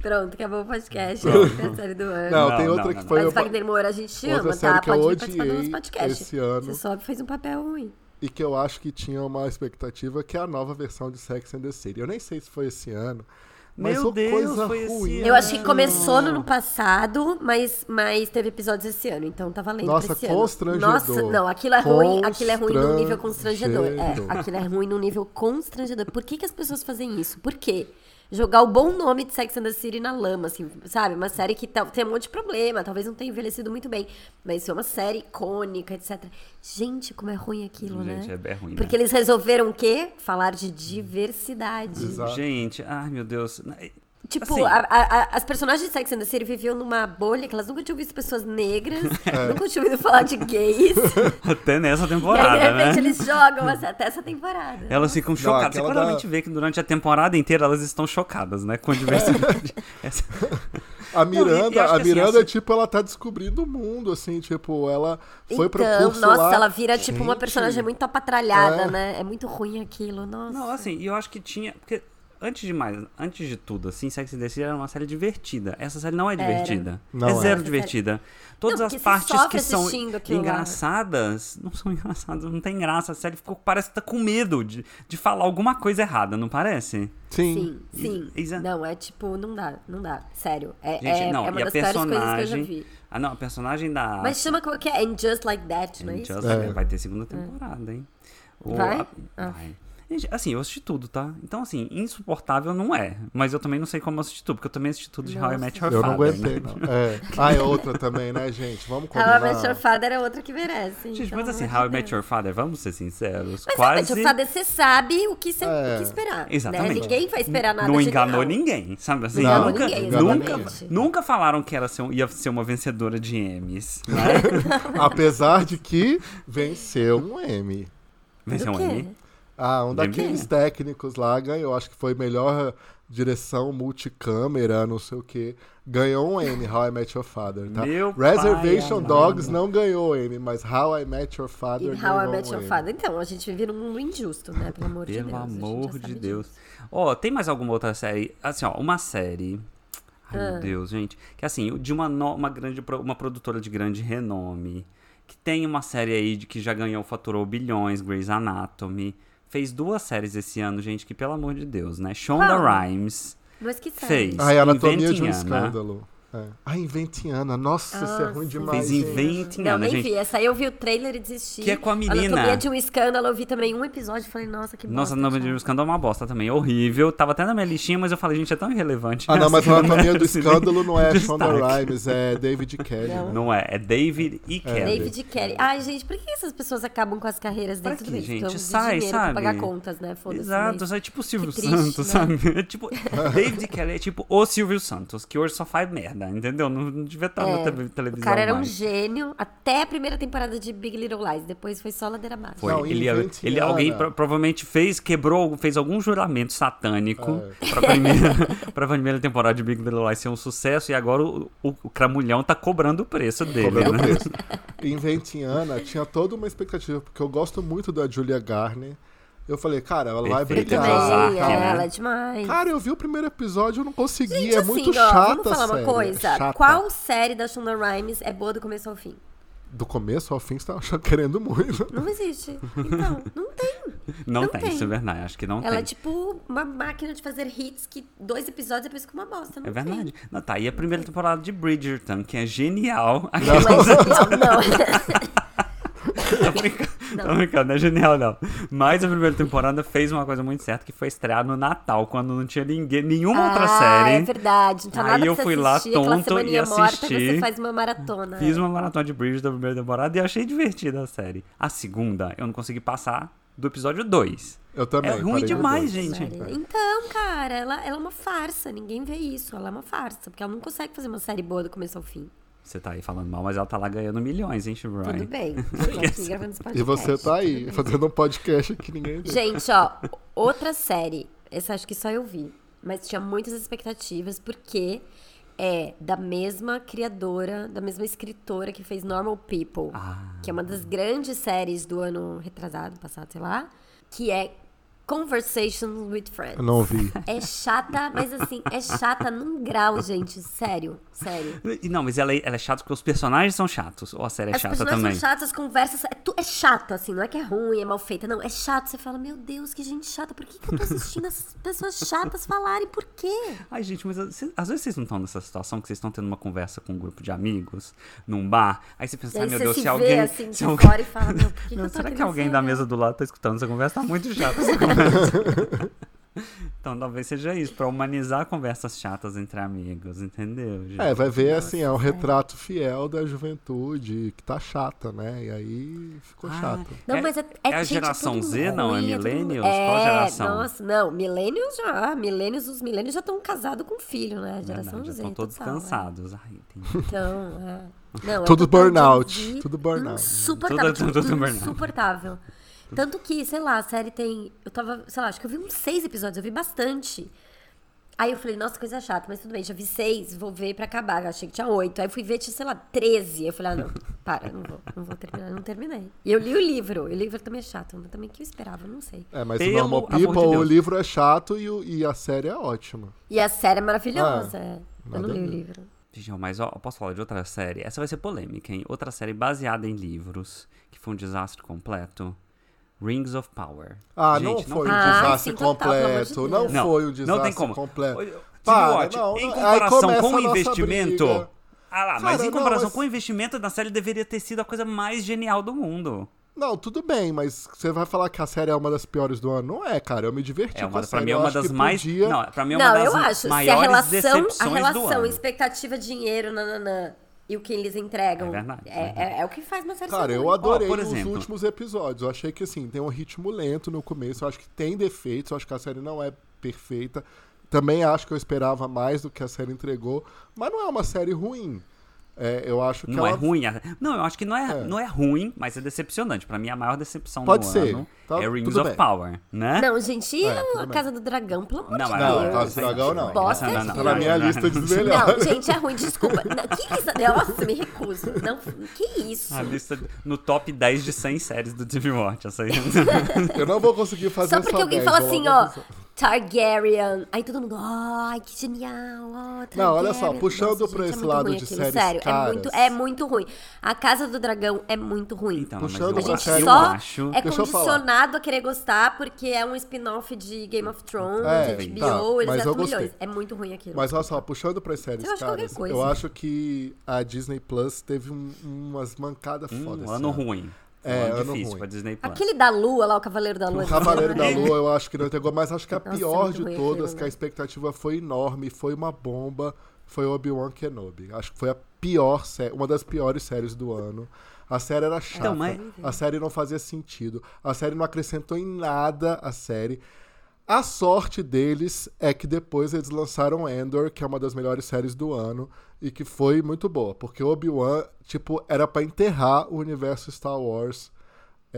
[SPEAKER 1] Pronto, acabou o podcast. é a série do ano.
[SPEAKER 2] Não,
[SPEAKER 3] Não,
[SPEAKER 2] tem
[SPEAKER 3] não,
[SPEAKER 2] outra
[SPEAKER 3] não,
[SPEAKER 2] que
[SPEAKER 3] não.
[SPEAKER 2] foi
[SPEAKER 1] Mas
[SPEAKER 2] uma-
[SPEAKER 1] Wagner Moura a gente te
[SPEAKER 2] outra
[SPEAKER 1] ama,
[SPEAKER 2] série
[SPEAKER 1] tá?
[SPEAKER 2] que eu
[SPEAKER 1] Pode vir participar do nosso
[SPEAKER 2] odiei
[SPEAKER 1] podcast.
[SPEAKER 2] esse ano.
[SPEAKER 1] Você só fez um papel ruim.
[SPEAKER 2] e que eu acho que tinha uma expectativa que é a nova versão de Sex and the City. Eu nem sei se foi esse ano, mas
[SPEAKER 3] Meu
[SPEAKER 2] ô,
[SPEAKER 3] Deus,
[SPEAKER 2] coisa
[SPEAKER 3] foi esse
[SPEAKER 2] ruim.
[SPEAKER 3] ano.
[SPEAKER 1] Eu acho que
[SPEAKER 3] Não.
[SPEAKER 1] começou no ano passado, mas, mas teve episódios esse ano, então tá valendo
[SPEAKER 2] Nossa,
[SPEAKER 1] pra esse ano.
[SPEAKER 2] constrangedor.
[SPEAKER 1] Nossa, não, aquilo é ruim, aquilo é ruim num nível
[SPEAKER 2] Constrangedor.
[SPEAKER 1] constrangedor. É, aquilo é ruim num nível constrangedor. Por que, que as pessoas fazem isso? Por quê? Jogar o bom nome de Sex and the City na lama, assim, sabe? Uma série que tá- tem um monte de problema, talvez não tenha envelhecido muito bem, mas foi uma série icônica, etc. Gente, como é ruim aquilo,
[SPEAKER 3] Gente,
[SPEAKER 1] né?
[SPEAKER 3] é, é ruim. né?
[SPEAKER 1] Porque eles resolveram o quê? Falar de diversidade.
[SPEAKER 2] Exato.
[SPEAKER 3] Gente, ai meu Deus.
[SPEAKER 1] Tipo,
[SPEAKER 3] Assim.
[SPEAKER 1] a- a- a- as personagens de Sex and the City viviam numa bolha que elas nunca tinham visto pessoas negras,
[SPEAKER 3] É.
[SPEAKER 1] nunca tinham ouvido falar de gays.
[SPEAKER 3] Até
[SPEAKER 1] e
[SPEAKER 3] nessa
[SPEAKER 1] aí, de
[SPEAKER 3] temporada,
[SPEAKER 1] repente,
[SPEAKER 3] né?
[SPEAKER 1] eles jogam essa- até essa temporada.
[SPEAKER 3] Elas ficam chocadas. Você
[SPEAKER 2] aquela
[SPEAKER 3] claramente
[SPEAKER 2] da-
[SPEAKER 3] vê que durante a temporada inteira elas estão chocadas, né? Com a diversidade. Essa-
[SPEAKER 2] A
[SPEAKER 3] e- e
[SPEAKER 2] Miranda,
[SPEAKER 3] acho
[SPEAKER 2] a
[SPEAKER 3] que, assim,
[SPEAKER 2] Miranda
[SPEAKER 3] essa-
[SPEAKER 2] tipo, ela tá descobrindo o mundo, assim, tipo, ela foi pra
[SPEAKER 1] então,
[SPEAKER 2] curso
[SPEAKER 1] nossa,
[SPEAKER 2] lá.
[SPEAKER 1] ela vira tipo uma
[SPEAKER 2] Gente,
[SPEAKER 1] personagem muito apatralhada,
[SPEAKER 2] É.
[SPEAKER 1] né? É muito ruim aquilo, nossa.
[SPEAKER 3] Não, assim, e eu acho que tinha. Porque, antes de mais, antes de tudo, assim, Sex and the City era uma série divertida. Essa série não é divertida.
[SPEAKER 2] Não
[SPEAKER 3] é
[SPEAKER 2] é.
[SPEAKER 3] zero
[SPEAKER 1] Essa
[SPEAKER 3] divertida. Todas
[SPEAKER 1] Não,
[SPEAKER 3] as
[SPEAKER 1] porque você
[SPEAKER 3] partes
[SPEAKER 1] sofre
[SPEAKER 3] que são
[SPEAKER 1] assistindo aquilo lá.
[SPEAKER 3] engraçadas não são engraçadas, não tem graça. A série ficou, parece que tá com medo de, de falar alguma coisa errada, não parece?
[SPEAKER 2] Sim.
[SPEAKER 1] Sim, sim.
[SPEAKER 3] Isa-
[SPEAKER 1] Não, é tipo, não dá, não dá. Sério. É,
[SPEAKER 3] Gente,
[SPEAKER 1] é,
[SPEAKER 3] não,
[SPEAKER 1] é uma
[SPEAKER 3] e a
[SPEAKER 1] das piores coisas que eu já
[SPEAKER 3] personagem.
[SPEAKER 1] vi.
[SPEAKER 3] Ah, não, a personagem da.
[SPEAKER 1] Mas chama como que é? And Just Like That, não é isso?
[SPEAKER 3] Just-
[SPEAKER 2] É.
[SPEAKER 3] Vai ter segunda temporada, hein? O-
[SPEAKER 1] Vai? Ah.
[SPEAKER 3] a- vai. Gente, assim, eu assisti tudo, tá? Então, assim, insuportável não é. Mas eu também não sei como eu assisti tudo, porque eu também assisti tudo de How I Met Your
[SPEAKER 2] Eu não
[SPEAKER 3] Father, né?
[SPEAKER 2] aguentei, não. É. Ah, é outra também, né, gente? Vamos
[SPEAKER 1] A
[SPEAKER 2] combinar.
[SPEAKER 1] Met Your Father é outra que merece. então, é
[SPEAKER 3] Gente,
[SPEAKER 1] pelo
[SPEAKER 3] mas assim,
[SPEAKER 1] amor de
[SPEAKER 3] How I Met
[SPEAKER 1] Deus.
[SPEAKER 3] Your Father, vamos ser sinceros,
[SPEAKER 1] Mas
[SPEAKER 3] quase...
[SPEAKER 1] realmente, o Father, você sabe o que, cê-
[SPEAKER 2] É.
[SPEAKER 1] o que esperar. né?
[SPEAKER 3] Exatamente.
[SPEAKER 1] Ninguém vai esperar nada
[SPEAKER 3] não
[SPEAKER 1] de
[SPEAKER 3] enganou
[SPEAKER 1] legal.
[SPEAKER 3] ninguém, sabe? Assim,
[SPEAKER 2] Não,
[SPEAKER 3] nunca,
[SPEAKER 2] ninguém,
[SPEAKER 3] nunca,
[SPEAKER 1] exatamente.
[SPEAKER 3] nunca falaram que era ser, um- ia ser uma vencedora de Emmys, né?
[SPEAKER 2] Apesar de que venceu um M.
[SPEAKER 3] Venceu um
[SPEAKER 1] quê?
[SPEAKER 3] Emmy.
[SPEAKER 2] Ah, um
[SPEAKER 3] Lembra?
[SPEAKER 2] daqueles técnicos lá ganhou, acho que foi melhor direção multicâmera, não sei o que. Ganhou um M, How I Met Your Father, tá?
[SPEAKER 3] Meu pai
[SPEAKER 2] Reservation
[SPEAKER 3] amado.
[SPEAKER 2] Dogs não ganhou M, mas How I Met Your Father
[SPEAKER 1] E
[SPEAKER 2] ganhou
[SPEAKER 1] How I Met
[SPEAKER 2] um
[SPEAKER 1] Your
[SPEAKER 2] Emmy.
[SPEAKER 1] Father. Então, a gente vive num mundo injusto, né? Pelo amor de Deus.
[SPEAKER 3] Pelo
[SPEAKER 1] a gente já
[SPEAKER 3] amor
[SPEAKER 1] sabe
[SPEAKER 3] de Deus. Ó, tem mais alguma outra série? Assim, ó, uma série. Ai, meu Deus, gente. Que assim, de uma, no- uma grande pro- uma produtora de grande renome, que tem uma série aí de que já ganhou, faturou bilhões, Grey's Anatomy. Fez duas séries esse ano, gente, que pelo amor de Deus, né? Shonda
[SPEAKER 1] Qual?
[SPEAKER 3] Rhimes
[SPEAKER 1] Mas que série.
[SPEAKER 3] fez
[SPEAKER 2] Ai, Anatomia de um
[SPEAKER 3] Inventiana. né?
[SPEAKER 2] Escândalo. É. Ah, Inventiana. Nossa, isso é
[SPEAKER 1] Nossa.
[SPEAKER 2] ruim demais.
[SPEAKER 3] Fez
[SPEAKER 2] gente.
[SPEAKER 1] Não,
[SPEAKER 3] Inventiana,
[SPEAKER 1] nem vi.
[SPEAKER 3] né, gente.
[SPEAKER 1] Essa aí eu vi o trailer e desisti.
[SPEAKER 3] Que é com a menina.
[SPEAKER 1] Anatomia de um escândalo, eu vi também um episódio e falei, nossa, que
[SPEAKER 3] Nossa,
[SPEAKER 1] bosta.
[SPEAKER 3] Anatomia de um Escândalo é uma bosta também, horrível. Tava até na minha listinha, mas eu falei, gente, é tão irrelevante. Assim,
[SPEAKER 2] Ah, não, mas a Anatomia do Escândalo não é Shonda
[SPEAKER 3] Destaque.
[SPEAKER 2] Rhimes, é David Kelly.
[SPEAKER 1] Não.
[SPEAKER 2] né?
[SPEAKER 3] Não é, é David e Kelly.
[SPEAKER 1] David Kelly. Ai, gente, por que essas pessoas acabam com as carreiras
[SPEAKER 3] Pra
[SPEAKER 1] dentro
[SPEAKER 3] quê,
[SPEAKER 1] do
[SPEAKER 3] gente?
[SPEAKER 1] Então, de
[SPEAKER 3] Sai,
[SPEAKER 1] dinheiro
[SPEAKER 3] sabe?
[SPEAKER 1] pra pagar contas, né? Foda-se.
[SPEAKER 3] Exato,
[SPEAKER 1] mas-
[SPEAKER 3] é tipo o Silvio
[SPEAKER 1] que triste, né?
[SPEAKER 3] Santos, sabe? É tipo, David Kelly é tipo o Silvio Santos, que hoje só faz merda, entendeu? Não, não devia estar na
[SPEAKER 1] É,
[SPEAKER 3] tele- televisão.
[SPEAKER 1] O cara era um
[SPEAKER 3] mais.
[SPEAKER 1] gênio até a primeira temporada de Big Little Lies. Depois foi só ladeira abaixo.
[SPEAKER 3] Foi.
[SPEAKER 2] Não,
[SPEAKER 3] ele, é, ele
[SPEAKER 2] inventiana.
[SPEAKER 3] alguém pro- provavelmente fez, quebrou, fez algum juramento satânico
[SPEAKER 2] É.
[SPEAKER 3] pra, primeira, pra primeira temporada de Big Little Lies ser um sucesso e agora o, o, o Cramulhão tá cobrando o preço dele,
[SPEAKER 2] Cobrando
[SPEAKER 3] né?
[SPEAKER 2] preço. Em Ventiana tinha toda uma expectativa, porque eu gosto muito da Julia Garner. Eu falei, cara, ela vai
[SPEAKER 3] Perfeita.
[SPEAKER 1] Também,
[SPEAKER 3] Ela é
[SPEAKER 2] brilhar.
[SPEAKER 3] Ozark,
[SPEAKER 1] é,
[SPEAKER 2] tal.
[SPEAKER 3] né?
[SPEAKER 1] ela é demais.
[SPEAKER 2] Cara, eu vi o primeiro episódio, eu não consegui.
[SPEAKER 1] Gente,
[SPEAKER 2] é
[SPEAKER 1] assim,
[SPEAKER 2] muito
[SPEAKER 1] ó,
[SPEAKER 2] chata
[SPEAKER 1] vamos falar
[SPEAKER 2] a série.
[SPEAKER 1] uma coisa.
[SPEAKER 2] Chata.
[SPEAKER 1] Qual série da Shonda Rhimes é boa do começo ao fim?
[SPEAKER 2] do começo ao fim, você tava achando- querendo muito.
[SPEAKER 1] Não existe. Então, não tem.
[SPEAKER 3] Não,
[SPEAKER 1] Não
[SPEAKER 3] tem,
[SPEAKER 1] tem.
[SPEAKER 3] isso é verdade. Acho que não
[SPEAKER 1] Ela é
[SPEAKER 3] tem.
[SPEAKER 1] tipo uma máquina de fazer hits que dois episódios depois fica uma bosta. Não
[SPEAKER 3] É
[SPEAKER 1] tem.
[SPEAKER 3] verdade. Não, tá, e a primeira temporada de Bridgerton, que é genial.
[SPEAKER 1] Não,
[SPEAKER 3] Aquela
[SPEAKER 1] mas, não,
[SPEAKER 3] tá brincando, tá brincando, não é genial não. Mas a primeira temporada fez uma coisa muito certa, que foi estrear no Natal, quando não tinha ninguém, nenhuma
[SPEAKER 1] não.
[SPEAKER 3] outra
[SPEAKER 1] Ah,
[SPEAKER 3] série.
[SPEAKER 1] é verdade. Então,
[SPEAKER 3] Aí
[SPEAKER 1] nada pra
[SPEAKER 3] eu
[SPEAKER 1] você
[SPEAKER 3] fui lá
[SPEAKER 1] assistir, aquela
[SPEAKER 3] tonto e
[SPEAKER 1] semaninha morta,
[SPEAKER 3] assisti.
[SPEAKER 1] você faz uma maratona.
[SPEAKER 3] Fiz uma maratona de Bridgerton da primeira temporada e achei divertida a série. A segunda, eu não consegui passar do episódio 2.
[SPEAKER 2] Eu também.
[SPEAKER 3] É ruim
[SPEAKER 2] parei no
[SPEAKER 3] demais,
[SPEAKER 2] dois.
[SPEAKER 3] gente.
[SPEAKER 1] Sério. Então, cara, ela, ela é uma farsa. Ninguém vê isso. Ela é uma farsa. Porque ela não consegue fazer uma série boa do começo ao fim.
[SPEAKER 3] Você tá aí falando mal, mas ela tá lá ganhando milhões, hein, Shivrai?
[SPEAKER 1] Tudo bem. Estou aqui gravando esse podcast.
[SPEAKER 2] E você tá aí,
[SPEAKER 1] tudo bem.
[SPEAKER 2] fazendo um podcast que ninguém vê.
[SPEAKER 1] Gente, ó, outra série. Essa acho que só eu vi. Mas tinha muitas expectativas, porque é da mesma criadora, da mesma escritora que fez Normal People,
[SPEAKER 3] Ah.
[SPEAKER 1] que é uma das grandes séries do ano retrasado, passado, sei lá, que é Conversations with Friends.
[SPEAKER 2] Eu não vi.
[SPEAKER 1] É chata, mas assim, é chata num grau, gente. Sério, sério.
[SPEAKER 3] E Não, mas ela é, ela é chata porque os personagens são chatos. Ou a série é
[SPEAKER 1] As
[SPEAKER 3] chata
[SPEAKER 1] pessoas
[SPEAKER 3] também.
[SPEAKER 1] são chatas, as conversas. É, tu- é chato, assim, não é que é ruim, é mal feita, não. É chato, você fala, meu Deus, que gente chata, por que, que eu tô assistindo essas pessoas chatas falarem por quê?
[SPEAKER 3] Ai, gente, mas às às vezes vocês não estão nessa situação que vocês estão tendo uma conversa com um grupo de amigos num bar. Aí você pensa,
[SPEAKER 1] E
[SPEAKER 3] ai
[SPEAKER 1] aí
[SPEAKER 3] meu
[SPEAKER 1] você
[SPEAKER 3] Deus,
[SPEAKER 1] se
[SPEAKER 3] se
[SPEAKER 1] vê
[SPEAKER 3] alguém.
[SPEAKER 1] assim
[SPEAKER 3] se
[SPEAKER 1] de
[SPEAKER 3] alguém-
[SPEAKER 1] fora e fala, meu, por que, que eu
[SPEAKER 3] Não,
[SPEAKER 1] tô
[SPEAKER 3] será
[SPEAKER 1] aqui
[SPEAKER 3] que alguém
[SPEAKER 1] nessa
[SPEAKER 3] da
[SPEAKER 1] reunião?
[SPEAKER 3] mesa do lado tá escutando essa conversa? Tá muito chata essa conversa. então talvez seja isso, pra humanizar conversas chatas entre amigos, entendeu? gente?
[SPEAKER 2] É, vai ver assim, é um retrato fiel da juventude, que tá chata, né? E aí ficou
[SPEAKER 3] Ah,
[SPEAKER 2] chato.
[SPEAKER 1] Não,
[SPEAKER 3] É-
[SPEAKER 1] mas é,
[SPEAKER 3] é a
[SPEAKER 1] gente,
[SPEAKER 3] geração
[SPEAKER 1] todo mundo
[SPEAKER 3] Z, não? É
[SPEAKER 1] ruim, todo mundo- É,
[SPEAKER 3] millennials? Qual a geração?
[SPEAKER 1] Nossa, não, millennials já. Millennials, os millennials já estão casados com filho, né? A geração
[SPEAKER 3] Verdade, já
[SPEAKER 1] Z.
[SPEAKER 3] estão todos
[SPEAKER 1] total, é.
[SPEAKER 3] cansados. Ai, entendi.
[SPEAKER 1] Então, é. Não,
[SPEAKER 2] Tudo
[SPEAKER 1] total
[SPEAKER 2] burnout,
[SPEAKER 1] Gen Z,
[SPEAKER 2] tudo burnout.
[SPEAKER 1] Insuportável.
[SPEAKER 3] Tudo-
[SPEAKER 1] Tudo,
[SPEAKER 3] tudo burnout.
[SPEAKER 1] insuportável. Tanto que, sei lá, a série tem. Eu tava, sei lá, acho que eu vi uns seis episódios, eu vi bastante. Aí eu falei, nossa, coisa chata, mas tudo bem, já vi seis, vou ver pra acabar. Eu achei que tinha oito. Aí fui ver, tinha, sei lá, treze. Eu falei, ah, não, para, não vou, não vou terminar, não terminei. E eu li o livro, e o livro também é chato, mas também que eu esperava, não sei.
[SPEAKER 2] É, mas
[SPEAKER 3] Pelo
[SPEAKER 2] o Normal
[SPEAKER 3] amor de
[SPEAKER 2] People, o
[SPEAKER 3] Deus.
[SPEAKER 2] livro é chato e, o- e a série é ótima.
[SPEAKER 1] E a série é
[SPEAKER 2] Ah,
[SPEAKER 1] maravilhosa. é. eu
[SPEAKER 2] nada
[SPEAKER 1] não
[SPEAKER 2] a
[SPEAKER 1] li o
[SPEAKER 2] ver.
[SPEAKER 1] livro.
[SPEAKER 3] Gente, ó, mas ó, eu posso falar de outra série? Essa vai ser polêmica, hein? Outra série baseada em livros, que foi um desastre completo. Rings of Power.
[SPEAKER 2] Ah,
[SPEAKER 3] Gente,
[SPEAKER 2] não foi um
[SPEAKER 1] Ah, sim,
[SPEAKER 2] desastre
[SPEAKER 1] total, pelo amor de
[SPEAKER 2] completo.
[SPEAKER 1] Deus.
[SPEAKER 2] Não,
[SPEAKER 3] Não,
[SPEAKER 2] foi um desastre
[SPEAKER 3] não tem como.
[SPEAKER 2] completo.
[SPEAKER 3] Olha,
[SPEAKER 2] Para,
[SPEAKER 3] Watch,
[SPEAKER 2] não,
[SPEAKER 3] em
[SPEAKER 2] não- aí
[SPEAKER 3] comparação
[SPEAKER 2] começa
[SPEAKER 3] com
[SPEAKER 2] a
[SPEAKER 3] o
[SPEAKER 2] nossa
[SPEAKER 3] investimento.
[SPEAKER 2] briga.
[SPEAKER 3] Ah lá, mas
[SPEAKER 2] Cara,
[SPEAKER 3] em
[SPEAKER 2] não,
[SPEAKER 3] comparação
[SPEAKER 2] mas-
[SPEAKER 3] com o investimento da série, deveria ter sido a coisa mais genial do mundo.
[SPEAKER 2] Não, tudo bem, mas você vai falar que a série é uma das piores do ano? Não é, cara. Eu me diverti
[SPEAKER 3] É uma,
[SPEAKER 2] com a
[SPEAKER 3] pra
[SPEAKER 2] série.
[SPEAKER 3] mim é
[SPEAKER 2] assim, Eu
[SPEAKER 3] uma
[SPEAKER 2] acho
[SPEAKER 3] das
[SPEAKER 2] que
[SPEAKER 3] mais.
[SPEAKER 2] podia-
[SPEAKER 3] Não, pra mim é uma
[SPEAKER 1] Não,
[SPEAKER 3] das
[SPEAKER 1] eu acho. Se a
[SPEAKER 3] maiores
[SPEAKER 1] relação, a
[SPEAKER 3] decepções do
[SPEAKER 1] relação
[SPEAKER 3] ano.
[SPEAKER 1] expectativa, dinheiro, nananã, e o que eles entregam.
[SPEAKER 3] É verdade,
[SPEAKER 1] é,
[SPEAKER 3] é verdade.
[SPEAKER 1] é- é o que faz uma série
[SPEAKER 2] Cara,
[SPEAKER 1] ser
[SPEAKER 2] eu
[SPEAKER 1] boa.
[SPEAKER 2] adorei
[SPEAKER 3] Ó, por
[SPEAKER 2] os
[SPEAKER 3] exemplo.
[SPEAKER 2] últimos episódios. Eu achei que, assim, tem um ritmo lento no começo. Eu acho que tem defeitos. Eu acho que a série não é perfeita. Também acho que eu esperava mais do que a série entregou. Mas não é uma série ruim. É, eu acho que
[SPEAKER 3] Não é
[SPEAKER 2] ela
[SPEAKER 3] ruim. a- Não, eu acho que não é, não é ruim, mas é decepcionante. Pra mim, a maior decepção
[SPEAKER 2] Pode
[SPEAKER 3] do
[SPEAKER 2] ser.
[SPEAKER 3] ano
[SPEAKER 2] Tá-
[SPEAKER 3] é Rings
[SPEAKER 2] tudo
[SPEAKER 3] of
[SPEAKER 2] bem.
[SPEAKER 3] Power, né?
[SPEAKER 1] Não, gente, e
[SPEAKER 2] É, tudo
[SPEAKER 1] a
[SPEAKER 2] bem.
[SPEAKER 1] Casa do Dragão, pelo amor de
[SPEAKER 3] mas-
[SPEAKER 2] Não,
[SPEAKER 1] Deus.
[SPEAKER 2] Casa do Dragão não.
[SPEAKER 1] Bosta
[SPEAKER 3] Não,
[SPEAKER 1] é
[SPEAKER 3] não,
[SPEAKER 2] Tá na
[SPEAKER 3] não,
[SPEAKER 1] aquilo.
[SPEAKER 2] minha
[SPEAKER 3] não,
[SPEAKER 2] lista
[SPEAKER 3] não.
[SPEAKER 2] dos
[SPEAKER 1] Não,
[SPEAKER 2] melhores.
[SPEAKER 1] gente, é ruim, desculpa. Não, que isso? Nossa, me recuso. Não, que isso?
[SPEAKER 3] A lista no top 10 de 100 séries do TV Watch. Essa aí.
[SPEAKER 2] Eu não vou conseguir fazer
[SPEAKER 1] Só porque
[SPEAKER 2] só
[SPEAKER 1] alguém
[SPEAKER 2] 10,
[SPEAKER 1] fala
[SPEAKER 2] Ah, eu
[SPEAKER 1] assim,
[SPEAKER 2] vou
[SPEAKER 1] ó,
[SPEAKER 2] fazer-
[SPEAKER 1] Targaryen. Aí todo mundo, ai, que genial. ó,
[SPEAKER 2] Não, olha só,
[SPEAKER 1] Targaryen.
[SPEAKER 2] puxando
[SPEAKER 1] Nossa,
[SPEAKER 2] pra
[SPEAKER 1] gente, é
[SPEAKER 2] esse
[SPEAKER 1] muito
[SPEAKER 2] lado
[SPEAKER 1] ruim
[SPEAKER 2] de
[SPEAKER 1] aquilo,
[SPEAKER 2] séries
[SPEAKER 1] Sério,
[SPEAKER 2] caras.
[SPEAKER 1] é muito, é muito ruim. A Casa do Dragão é muito ruim.
[SPEAKER 3] Então, mas
[SPEAKER 2] Puxando
[SPEAKER 3] eu,
[SPEAKER 1] A gente
[SPEAKER 3] acho- eu
[SPEAKER 1] só
[SPEAKER 3] acho.
[SPEAKER 1] é
[SPEAKER 2] Deixa eu falar.
[SPEAKER 1] condicionado a querer gostar porque é um spin-off de Game of Thrones,
[SPEAKER 2] É,
[SPEAKER 1] HBO,
[SPEAKER 2] tá,
[SPEAKER 1] eles
[SPEAKER 2] mas eu
[SPEAKER 1] gastam milhões.
[SPEAKER 2] gostei.
[SPEAKER 1] É muito ruim aquilo.
[SPEAKER 2] Mas olha só, puxando pra séries
[SPEAKER 1] Eu acho qualquer
[SPEAKER 2] caras,
[SPEAKER 1] coisa.
[SPEAKER 2] eu acho que a Disney Plus teve um- umas mancadas
[SPEAKER 1] Hum,
[SPEAKER 2] foda.
[SPEAKER 3] Um
[SPEAKER 2] esse
[SPEAKER 3] ano ruim. Foi
[SPEAKER 2] É,
[SPEAKER 3] um ano
[SPEAKER 2] ano
[SPEAKER 3] difícil
[SPEAKER 2] ruim.
[SPEAKER 3] pra Disney Plus.
[SPEAKER 1] Aquele da Lua lá, o Cavaleiro da Lua.
[SPEAKER 2] O Cavaleiro da
[SPEAKER 1] né?
[SPEAKER 2] Lua, eu acho que não entregou, mas acho que a
[SPEAKER 1] Nossa,
[SPEAKER 2] pior
[SPEAKER 1] muito
[SPEAKER 2] de
[SPEAKER 1] ruim
[SPEAKER 2] todas,
[SPEAKER 1] aquilo, né?
[SPEAKER 2] que a expectativa foi enorme, foi uma bomba, foi Obi-Wan Kenobi. Acho que foi a pior série, uma das piores séries do ano. A série era chata,
[SPEAKER 3] Então, mas-
[SPEAKER 2] a série não fazia sentido, a série não acrescentou em nada a série. A sorte deles é que depois eles lançaram Endor, que é uma das melhores séries do ano e que foi muito boa, porque Obi-Wan, tipo, era pra enterrar o universo Star Wars.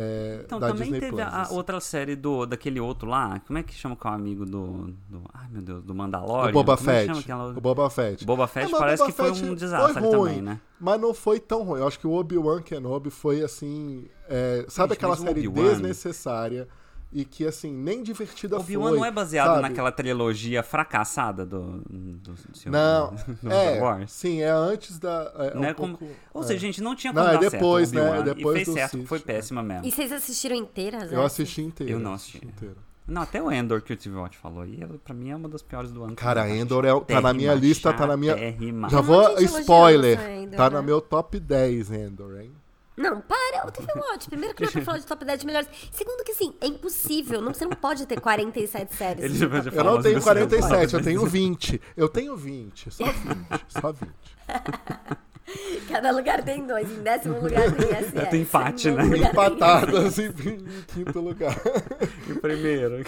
[SPEAKER 2] é,
[SPEAKER 3] Então,
[SPEAKER 2] da
[SPEAKER 3] também
[SPEAKER 2] Disney
[SPEAKER 3] teve
[SPEAKER 2] Plus,
[SPEAKER 3] a
[SPEAKER 2] assim.
[SPEAKER 3] outra série do, daquele outro lá. Como é que chama qual amigo do, do. Ai, meu Deus, do Mandalorian?
[SPEAKER 2] O Boba
[SPEAKER 3] Como é que
[SPEAKER 2] Fett.
[SPEAKER 3] chama aquela-
[SPEAKER 2] O Boba Fett.
[SPEAKER 3] Boba Fett
[SPEAKER 2] É, mas
[SPEAKER 3] parece
[SPEAKER 2] Boba
[SPEAKER 3] que foi
[SPEAKER 2] Fett
[SPEAKER 3] um desastre
[SPEAKER 2] foi ruim,
[SPEAKER 3] também, né?
[SPEAKER 2] Mas não foi tão ruim. Eu acho que o Obi-Wan Kenobi foi assim. é, sabe
[SPEAKER 3] Gente,
[SPEAKER 2] aquela
[SPEAKER 3] mas o
[SPEAKER 2] série
[SPEAKER 3] Obi-Wan- né?
[SPEAKER 2] desnecessária e que, assim, nem divertida foi.
[SPEAKER 3] Obi-Wan não é baseado
[SPEAKER 2] sabe?
[SPEAKER 3] naquela trilogia fracassada do, do, do Senhor
[SPEAKER 2] Não,
[SPEAKER 3] do né? Star
[SPEAKER 2] é,
[SPEAKER 3] Wars?
[SPEAKER 2] sim, é antes da... É,
[SPEAKER 3] Não
[SPEAKER 2] um
[SPEAKER 3] é como-
[SPEAKER 2] pouco-
[SPEAKER 3] Ou
[SPEAKER 2] é.
[SPEAKER 3] seja, gente, não tinha
[SPEAKER 2] Não,
[SPEAKER 3] como
[SPEAKER 2] é
[SPEAKER 3] dar
[SPEAKER 2] depois,
[SPEAKER 3] certo o Obi-Wan.
[SPEAKER 2] né? É depois
[SPEAKER 3] e fez
[SPEAKER 2] do
[SPEAKER 3] certo,
[SPEAKER 2] Sith,
[SPEAKER 3] foi
[SPEAKER 2] né?
[SPEAKER 3] péssima mesmo.
[SPEAKER 1] E vocês assistiram inteiras?
[SPEAKER 2] Eu
[SPEAKER 1] né?
[SPEAKER 2] assisti inteiro.
[SPEAKER 3] Eu não assisti.
[SPEAKER 2] inteiro.
[SPEAKER 3] Não, até o Endor que o Tivote falou. E ela, pra mim é uma das piores do ano.
[SPEAKER 2] Cara,
[SPEAKER 3] também.
[SPEAKER 2] Endor é, tá na minha
[SPEAKER 3] Térrima,
[SPEAKER 2] lista, tá na minha...
[SPEAKER 3] chatérrima.
[SPEAKER 2] Já
[SPEAKER 1] Tem
[SPEAKER 2] vou...
[SPEAKER 1] muita gente elogiando
[SPEAKER 2] Spoiler!
[SPEAKER 1] essa Endor,
[SPEAKER 2] Tá
[SPEAKER 1] né?
[SPEAKER 2] no meu top 10, Endor, hein?
[SPEAKER 1] Não, para, o TV Watch. Primeiro que não é pra falar de top 10 de melhores. Segundo que, assim, é impossível. Não, você não pode ter 47 séries.
[SPEAKER 3] Ele já vai já
[SPEAKER 2] Eu
[SPEAKER 3] falar
[SPEAKER 2] não
[SPEAKER 3] os
[SPEAKER 2] tenho
[SPEAKER 3] meus
[SPEAKER 2] 47, eu
[SPEAKER 3] resultados.
[SPEAKER 2] tenho 20. Eu tenho 20, só 20, só 20.
[SPEAKER 1] Cada lugar tem dois. Em décimo lugar tem SS.
[SPEAKER 3] É, tem empate,
[SPEAKER 1] Em nono
[SPEAKER 3] né?
[SPEAKER 1] lugar tem-
[SPEAKER 2] Empatadas em, em quinto lugar.
[SPEAKER 3] O primeiro.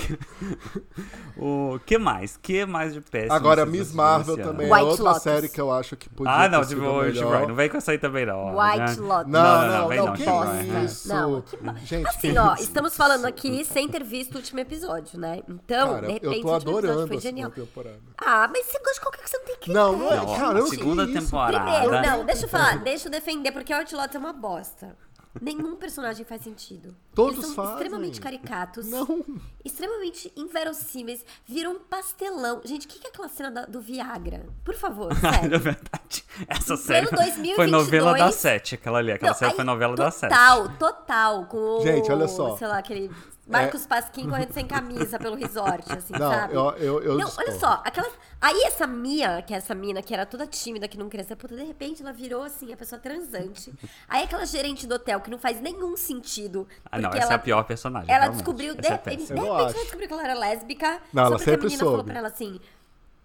[SPEAKER 3] o que mais? Que mais de péssimo?
[SPEAKER 2] Agora,
[SPEAKER 3] vocês
[SPEAKER 2] Miss
[SPEAKER 3] assistiram
[SPEAKER 2] Marvel
[SPEAKER 3] esse ano?
[SPEAKER 2] também é
[SPEAKER 1] White
[SPEAKER 2] outra
[SPEAKER 1] Lotus.
[SPEAKER 2] série que eu acho que podia
[SPEAKER 3] Ah, não,
[SPEAKER 2] ter
[SPEAKER 3] tipo,
[SPEAKER 2] sido
[SPEAKER 3] o Steve Ryan,
[SPEAKER 2] melhor.
[SPEAKER 3] não vem com essa aí também, não. ó,
[SPEAKER 1] White
[SPEAKER 3] né?
[SPEAKER 1] Lotus.
[SPEAKER 2] Não,
[SPEAKER 3] Não, não,
[SPEAKER 2] não,
[SPEAKER 3] vem
[SPEAKER 2] não,
[SPEAKER 3] não,
[SPEAKER 2] que
[SPEAKER 3] Steve Ryan, né?
[SPEAKER 2] isso?
[SPEAKER 1] Não, que bo-
[SPEAKER 2] Gente,
[SPEAKER 1] Assim,
[SPEAKER 2] que
[SPEAKER 1] ó,
[SPEAKER 2] isso?
[SPEAKER 1] estamos falando aqui sem ter visto o último episódio, né? Então,
[SPEAKER 2] Cara,
[SPEAKER 1] de repente,
[SPEAKER 2] eu tô
[SPEAKER 1] o último episódio
[SPEAKER 2] adorando
[SPEAKER 1] foi
[SPEAKER 2] a
[SPEAKER 1] genial.
[SPEAKER 2] segunda temporada.
[SPEAKER 1] Ah, mas você gosta de qualquer coisa, não tem que
[SPEAKER 2] Não, não é.
[SPEAKER 1] ter.
[SPEAKER 3] Não,
[SPEAKER 2] Cara, eu não
[SPEAKER 3] segunda
[SPEAKER 2] sei isso.
[SPEAKER 3] temporada.
[SPEAKER 1] Primeiro, não, deixa eu falar, deixa eu defender, porque o Outlaw é uma bosta. Nenhum personagem faz sentido.
[SPEAKER 2] Todos
[SPEAKER 1] Eles são
[SPEAKER 2] fazem.
[SPEAKER 1] extremamente caricatos.
[SPEAKER 2] Não.
[SPEAKER 1] Extremamente inverossímeis. Viram um pastelão. Gente, o que, que é aquela cena da- do Viagra? Por favor, sério.
[SPEAKER 3] É verdade. Essa
[SPEAKER 1] Plano
[SPEAKER 3] série
[SPEAKER 1] 2022.
[SPEAKER 3] foi novela da sete, aquela ali. Aquela série foi novela da sete.
[SPEAKER 1] Total, total. Com o,
[SPEAKER 2] Gente, olha só. É.
[SPEAKER 1] Sei lá, aquele Marcos Pasquim correndo sem camisa pelo resort, assim,
[SPEAKER 2] Não,
[SPEAKER 1] sabe?
[SPEAKER 2] eu- eu- eu
[SPEAKER 1] não, olha
[SPEAKER 2] discordo.
[SPEAKER 1] só. Aquela... Aí essa Mia, que é essa mina que era toda tímida, que não queria ser puta, de repente ela virou, assim, a pessoa transante. Aí aquela gerente do hotel, que não faz nenhum sentido.
[SPEAKER 3] Ah, não,
[SPEAKER 1] porque
[SPEAKER 3] essa
[SPEAKER 1] ela...
[SPEAKER 3] é a pior personagem.
[SPEAKER 1] Ela
[SPEAKER 3] realmente.
[SPEAKER 1] descobriu, de,
[SPEAKER 3] Essa é
[SPEAKER 1] de repente
[SPEAKER 3] péssima.
[SPEAKER 2] Eu
[SPEAKER 1] ela
[SPEAKER 2] acho.
[SPEAKER 1] descobriu que ela era lésbica.
[SPEAKER 2] Não, ela
[SPEAKER 1] só porque a
[SPEAKER 2] sempre
[SPEAKER 1] menina falou
[SPEAKER 2] soube.
[SPEAKER 1] pra ela assim...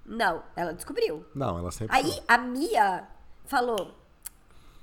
[SPEAKER 1] Não, ela descobriu.
[SPEAKER 2] Não, ela sempre.
[SPEAKER 1] Aí a Mia falou: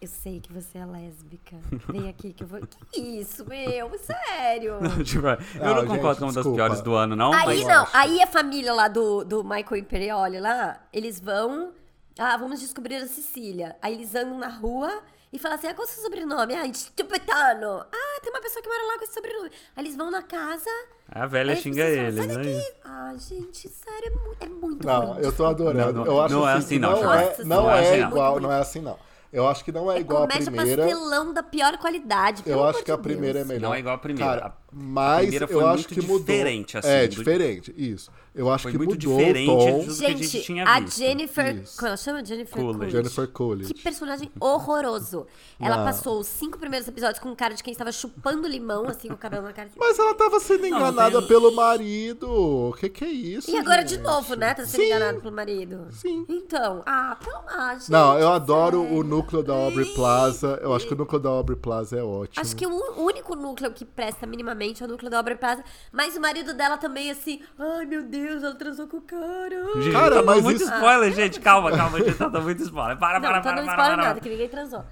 [SPEAKER 1] Eu sei que você é lésbica. Vem aqui que eu vou. Que isso, meu? Sério?
[SPEAKER 3] Não, tipo, eu
[SPEAKER 2] Não,
[SPEAKER 3] não
[SPEAKER 2] gente,
[SPEAKER 3] concordo com uma das
[SPEAKER 2] desculpa.
[SPEAKER 3] piores do ano, não.
[SPEAKER 1] Aí
[SPEAKER 3] mas-
[SPEAKER 1] não, aí a família lá do, do Michael Imperioli lá, eles vão. Ah, vamos descobrir a Sicília. Aí eles andam na rua e falam assim: ah, qual é o seu sobrenome? Ah, Stupetano. Ah, tem uma pessoa que mora lá com esse sobrenome. Aí eles vão na casa.
[SPEAKER 3] A velha
[SPEAKER 1] aí as
[SPEAKER 3] xinga
[SPEAKER 1] pessoas
[SPEAKER 3] ele,
[SPEAKER 1] falam, "Sai
[SPEAKER 3] né?
[SPEAKER 1] daqui." Ah, gente, sério, é mu- é muito
[SPEAKER 2] Não,
[SPEAKER 1] ruim.
[SPEAKER 2] eu tô adorando.
[SPEAKER 3] Não, não,
[SPEAKER 2] eu acho
[SPEAKER 3] não é assim, não,
[SPEAKER 2] Não é,
[SPEAKER 1] Nossa,
[SPEAKER 2] não
[SPEAKER 1] não é
[SPEAKER 2] é
[SPEAKER 1] assim, não.
[SPEAKER 2] igual, não é assim, não. Eu acho que não é igual a
[SPEAKER 1] Comédia
[SPEAKER 2] primeira.
[SPEAKER 1] pastelão da pior qualidade. pelo
[SPEAKER 2] Eu acho
[SPEAKER 1] amor
[SPEAKER 2] que a
[SPEAKER 1] de
[SPEAKER 2] primeira
[SPEAKER 1] Deus.
[SPEAKER 2] é melhor.
[SPEAKER 3] Não é igual a primeira.
[SPEAKER 2] Cara,
[SPEAKER 3] A
[SPEAKER 2] mas
[SPEAKER 3] primeira foi
[SPEAKER 2] eu
[SPEAKER 3] muito
[SPEAKER 2] acho que mudou.
[SPEAKER 3] diferente, assim,
[SPEAKER 2] é,
[SPEAKER 3] do-
[SPEAKER 2] diferente, isso. Eu acho
[SPEAKER 3] Foi
[SPEAKER 2] que
[SPEAKER 3] muito
[SPEAKER 2] mudou
[SPEAKER 3] diferente
[SPEAKER 2] o tom.
[SPEAKER 3] do- que a
[SPEAKER 1] Gente,
[SPEAKER 3] gente tinha
[SPEAKER 1] a
[SPEAKER 3] visto.
[SPEAKER 1] Jennifer.
[SPEAKER 2] Isso.
[SPEAKER 1] Como ela chama? Jennifer
[SPEAKER 3] Coolidge.
[SPEAKER 1] Coolidge.
[SPEAKER 2] Jennifer Coolidge.
[SPEAKER 1] Que personagem horroroso. Ela
[SPEAKER 2] Não.
[SPEAKER 1] passou os cinco primeiros episódios com cara de quem estava chupando limão, assim, com o cabelo na cara.
[SPEAKER 2] Mas ela tava sendo
[SPEAKER 3] não
[SPEAKER 2] enganada
[SPEAKER 3] tem-
[SPEAKER 2] pelo marido. O que que é isso?
[SPEAKER 1] E agora de
[SPEAKER 2] gente?
[SPEAKER 1] novo, né? Tá sendo
[SPEAKER 2] Sim.
[SPEAKER 1] enganado pelo marido.
[SPEAKER 2] Sim.
[SPEAKER 1] Então, ah, pelo ah, gente,
[SPEAKER 2] Não, eu adoro
[SPEAKER 1] sério.
[SPEAKER 2] o núcleo da Aubrey
[SPEAKER 1] Ai.
[SPEAKER 2] Plaza. Eu acho que o núcleo da Aubrey Plaza é ótimo.
[SPEAKER 1] Acho que o un- único núcleo que presta minimamente é o núcleo da obra Plaza. Mas o marido dela também, assim, ai meu Deus, ela transou com o cara. ai,
[SPEAKER 3] Gente,
[SPEAKER 2] Cara,
[SPEAKER 3] eu tô
[SPEAKER 2] mas
[SPEAKER 3] muito
[SPEAKER 2] isso-
[SPEAKER 3] spoiler, gente. Calma, calma, gente. Tá dando muito spoiler. Para,
[SPEAKER 1] Não,
[SPEAKER 3] para,
[SPEAKER 1] tô
[SPEAKER 3] para,
[SPEAKER 1] dando
[SPEAKER 3] para,
[SPEAKER 1] spoiler
[SPEAKER 3] para.
[SPEAKER 1] nada, que ninguém transou.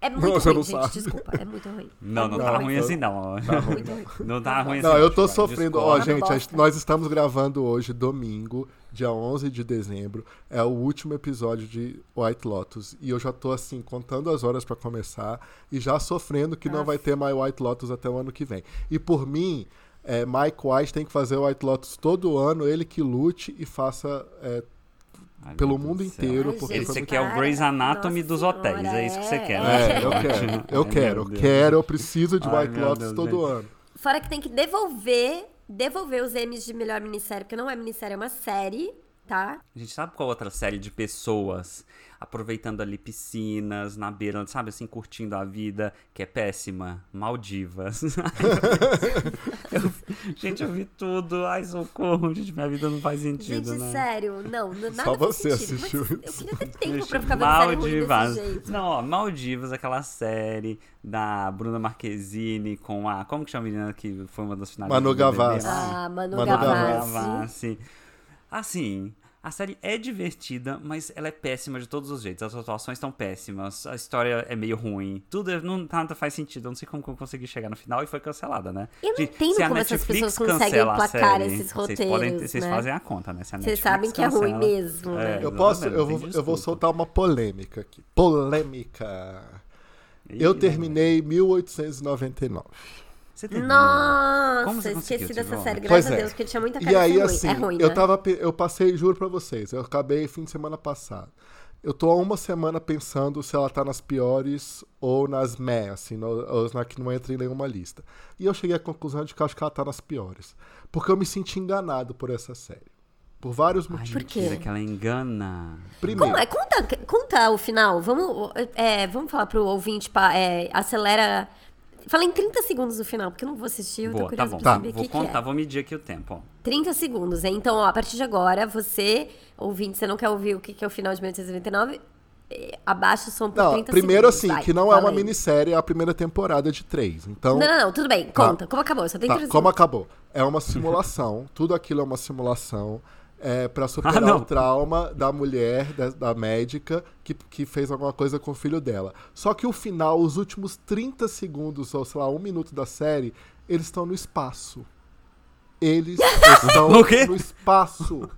[SPEAKER 1] É muito
[SPEAKER 2] Você
[SPEAKER 1] ruim,
[SPEAKER 2] não
[SPEAKER 1] gente,
[SPEAKER 2] sabe.
[SPEAKER 1] desculpa. É muito ruim.
[SPEAKER 3] Não, não
[SPEAKER 1] É
[SPEAKER 3] tá
[SPEAKER 1] muito
[SPEAKER 3] ruim assim, não. Não
[SPEAKER 2] ruim,
[SPEAKER 3] tá ruim assim.
[SPEAKER 2] então. Não, eu tô
[SPEAKER 3] Chico,
[SPEAKER 2] sofrendo. Ó,
[SPEAKER 3] discordo.
[SPEAKER 1] Discord.
[SPEAKER 2] gente,
[SPEAKER 1] Uma
[SPEAKER 2] a-
[SPEAKER 1] bosta.
[SPEAKER 2] nós estamos gravando hoje, domingo, dia 11 de dezembro. É o último episódio de White Lotus. E eu já tô, assim, contando as horas pra começar e já sofrendo que não vai ter mais White Lotus até o ano que vem. E por mim. é, Mike Wise tem que fazer White Lotus todo ano, ele que lute e faça é,
[SPEAKER 3] Ai, meu
[SPEAKER 2] pelo
[SPEAKER 3] Deus
[SPEAKER 2] mundo
[SPEAKER 3] do céu.
[SPEAKER 2] inteiro,
[SPEAKER 1] Ai,
[SPEAKER 2] porque
[SPEAKER 1] gente,
[SPEAKER 2] foi
[SPEAKER 3] Esse
[SPEAKER 2] muito
[SPEAKER 3] aqui é o
[SPEAKER 1] Para.
[SPEAKER 3] Grey's Anatomy
[SPEAKER 1] Nossa
[SPEAKER 3] dos hotéis, é isso que você
[SPEAKER 1] senhora,
[SPEAKER 3] quer, né?
[SPEAKER 2] É, eu quero, eu
[SPEAKER 3] Ai,
[SPEAKER 2] quero,
[SPEAKER 3] meu
[SPEAKER 2] eu
[SPEAKER 3] Deus.
[SPEAKER 2] quero, eu preciso de
[SPEAKER 3] Ai,
[SPEAKER 2] White
[SPEAKER 3] meu
[SPEAKER 2] Lotus
[SPEAKER 3] Deus,
[SPEAKER 2] todo
[SPEAKER 3] gente.
[SPEAKER 2] ano.
[SPEAKER 1] Fora que tem que devolver, devolver os M's de melhor minissérie, porque não é minissérie, é uma série, tá?
[SPEAKER 3] A gente sabe qual outra série de pessoas aproveitando ali piscinas, na beira, sabe assim, curtindo a vida, que é péssima? Maldivas. Eu- gente, eu vi tudo. Ai, socorro, gente, minha vida não faz sentido,
[SPEAKER 1] Gente,
[SPEAKER 3] né?
[SPEAKER 1] sério, não, não nada faz
[SPEAKER 2] Só você
[SPEAKER 1] sentido. Como é que-
[SPEAKER 2] assistiu
[SPEAKER 1] Eu
[SPEAKER 2] isso.
[SPEAKER 1] queria ter tempo
[SPEAKER 3] Deixa-
[SPEAKER 1] pra ficar vendo série ruim desse
[SPEAKER 3] Maldivas.
[SPEAKER 1] jeito.
[SPEAKER 3] Não, ó, Maldivas, aquela série da Bruna Marquezine com a. Como que chama a menina que foi uma das finalistas?
[SPEAKER 2] Manu
[SPEAKER 3] do BBB?
[SPEAKER 2] Gavassi.
[SPEAKER 1] Ah, Manu,
[SPEAKER 2] Manu
[SPEAKER 1] Gavassi.
[SPEAKER 3] Gavassi. Assim, a série é divertida, mas ela é péssima de todos os jeitos. As atuações estão péssimas, a história é meio ruim. Tudo é- não nada faz sentido. Eu não sei como que eu consegui chegar no final e foi cancelada, né?
[SPEAKER 1] Eu não
[SPEAKER 3] Gente,
[SPEAKER 1] entendo
[SPEAKER 3] se a
[SPEAKER 1] como essas
[SPEAKER 3] Netflix
[SPEAKER 1] pessoas conseguem
[SPEAKER 3] cancela a
[SPEAKER 1] emplacar
[SPEAKER 3] série,
[SPEAKER 1] esses
[SPEAKER 3] Vocês, podem,
[SPEAKER 1] roteiros,
[SPEAKER 3] vocês
[SPEAKER 1] né?
[SPEAKER 3] fazem a conta, né? Se a
[SPEAKER 1] Vocês
[SPEAKER 3] Netflix
[SPEAKER 1] sabem que é ruim
[SPEAKER 3] cancela-
[SPEAKER 1] mesmo, né?
[SPEAKER 3] É,
[SPEAKER 2] Eu posso,
[SPEAKER 3] exatamente,
[SPEAKER 2] eu
[SPEAKER 3] não
[SPEAKER 2] vou,
[SPEAKER 3] tem
[SPEAKER 2] eu vou
[SPEAKER 3] desculpa.
[SPEAKER 2] soltar uma polêmica aqui. Polêmica. Eu
[SPEAKER 3] Ih,
[SPEAKER 2] terminei em 1899.
[SPEAKER 3] Você terminou. Como
[SPEAKER 1] Nossa,
[SPEAKER 3] você conseguiu,
[SPEAKER 1] esqueci dessa
[SPEAKER 3] Tivó?
[SPEAKER 1] série,
[SPEAKER 2] Pois
[SPEAKER 1] graças a
[SPEAKER 2] é.
[SPEAKER 1] Deus, porque tinha muita Tá, cara
[SPEAKER 2] E aí,
[SPEAKER 1] de ser ruim.
[SPEAKER 2] assim,
[SPEAKER 1] é ruim,
[SPEAKER 2] eu
[SPEAKER 1] né?
[SPEAKER 2] tava, pe- eu passei, juro pra vocês, eu acabei fim de semana passado. Eu tô há uma semana pensando se ela tá nas piores ou nas meh, assim, no, ou na que não entra em nenhuma lista. E eu cheguei à conclusão de que eu acho que ela tá nas piores. Porque eu me senti enganado por essa série. Por vários
[SPEAKER 3] Ai,
[SPEAKER 2] motivos.
[SPEAKER 1] por quê?
[SPEAKER 3] mentira, que ela engana.
[SPEAKER 2] Primeiro,
[SPEAKER 1] Como é? Conta, conta o final. Vamos, é, vamos falar pro ouvinte, pá, é, acelera. Fala em 30 segundos o final, porque eu não vou assistir, eu tô
[SPEAKER 3] Boa, tá
[SPEAKER 1] curiosa
[SPEAKER 3] bom.
[SPEAKER 1] pra
[SPEAKER 2] Tá.
[SPEAKER 1] saber o
[SPEAKER 3] Vou
[SPEAKER 1] que, que
[SPEAKER 3] contar,
[SPEAKER 1] é.
[SPEAKER 3] vou medir aqui o tempo. ó.
[SPEAKER 1] 30 segundos, hein? Então, ó, a partir de agora, você, ouvinte, você não quer ouvir o que, que é o final de 1999? Eh, Abaixa o som por
[SPEAKER 2] Não,
[SPEAKER 1] 30
[SPEAKER 2] primeiro
[SPEAKER 1] segundos.
[SPEAKER 2] assim,
[SPEAKER 1] vai,
[SPEAKER 2] que não é
[SPEAKER 1] fala
[SPEAKER 2] uma
[SPEAKER 1] aí.
[SPEAKER 2] minissérie, é a primeira temporada de três. Então,
[SPEAKER 1] Não, não, não, tudo bem,
[SPEAKER 2] Tá.
[SPEAKER 1] conta. Como acabou? Só tem
[SPEAKER 2] tá,
[SPEAKER 1] 30
[SPEAKER 2] como
[SPEAKER 1] segundos.
[SPEAKER 2] acabou? É uma simulação, tudo aquilo é uma simulação é, para superar
[SPEAKER 3] Ah, não.
[SPEAKER 2] o trauma da mulher, da, da médica, que, que fez alguma coisa com o filho dela. Só que o final, os últimos 30 segundos, ou sei lá, um minuto da série, eles estão no espaço. Eles estão
[SPEAKER 3] O quê?
[SPEAKER 2] no espaço.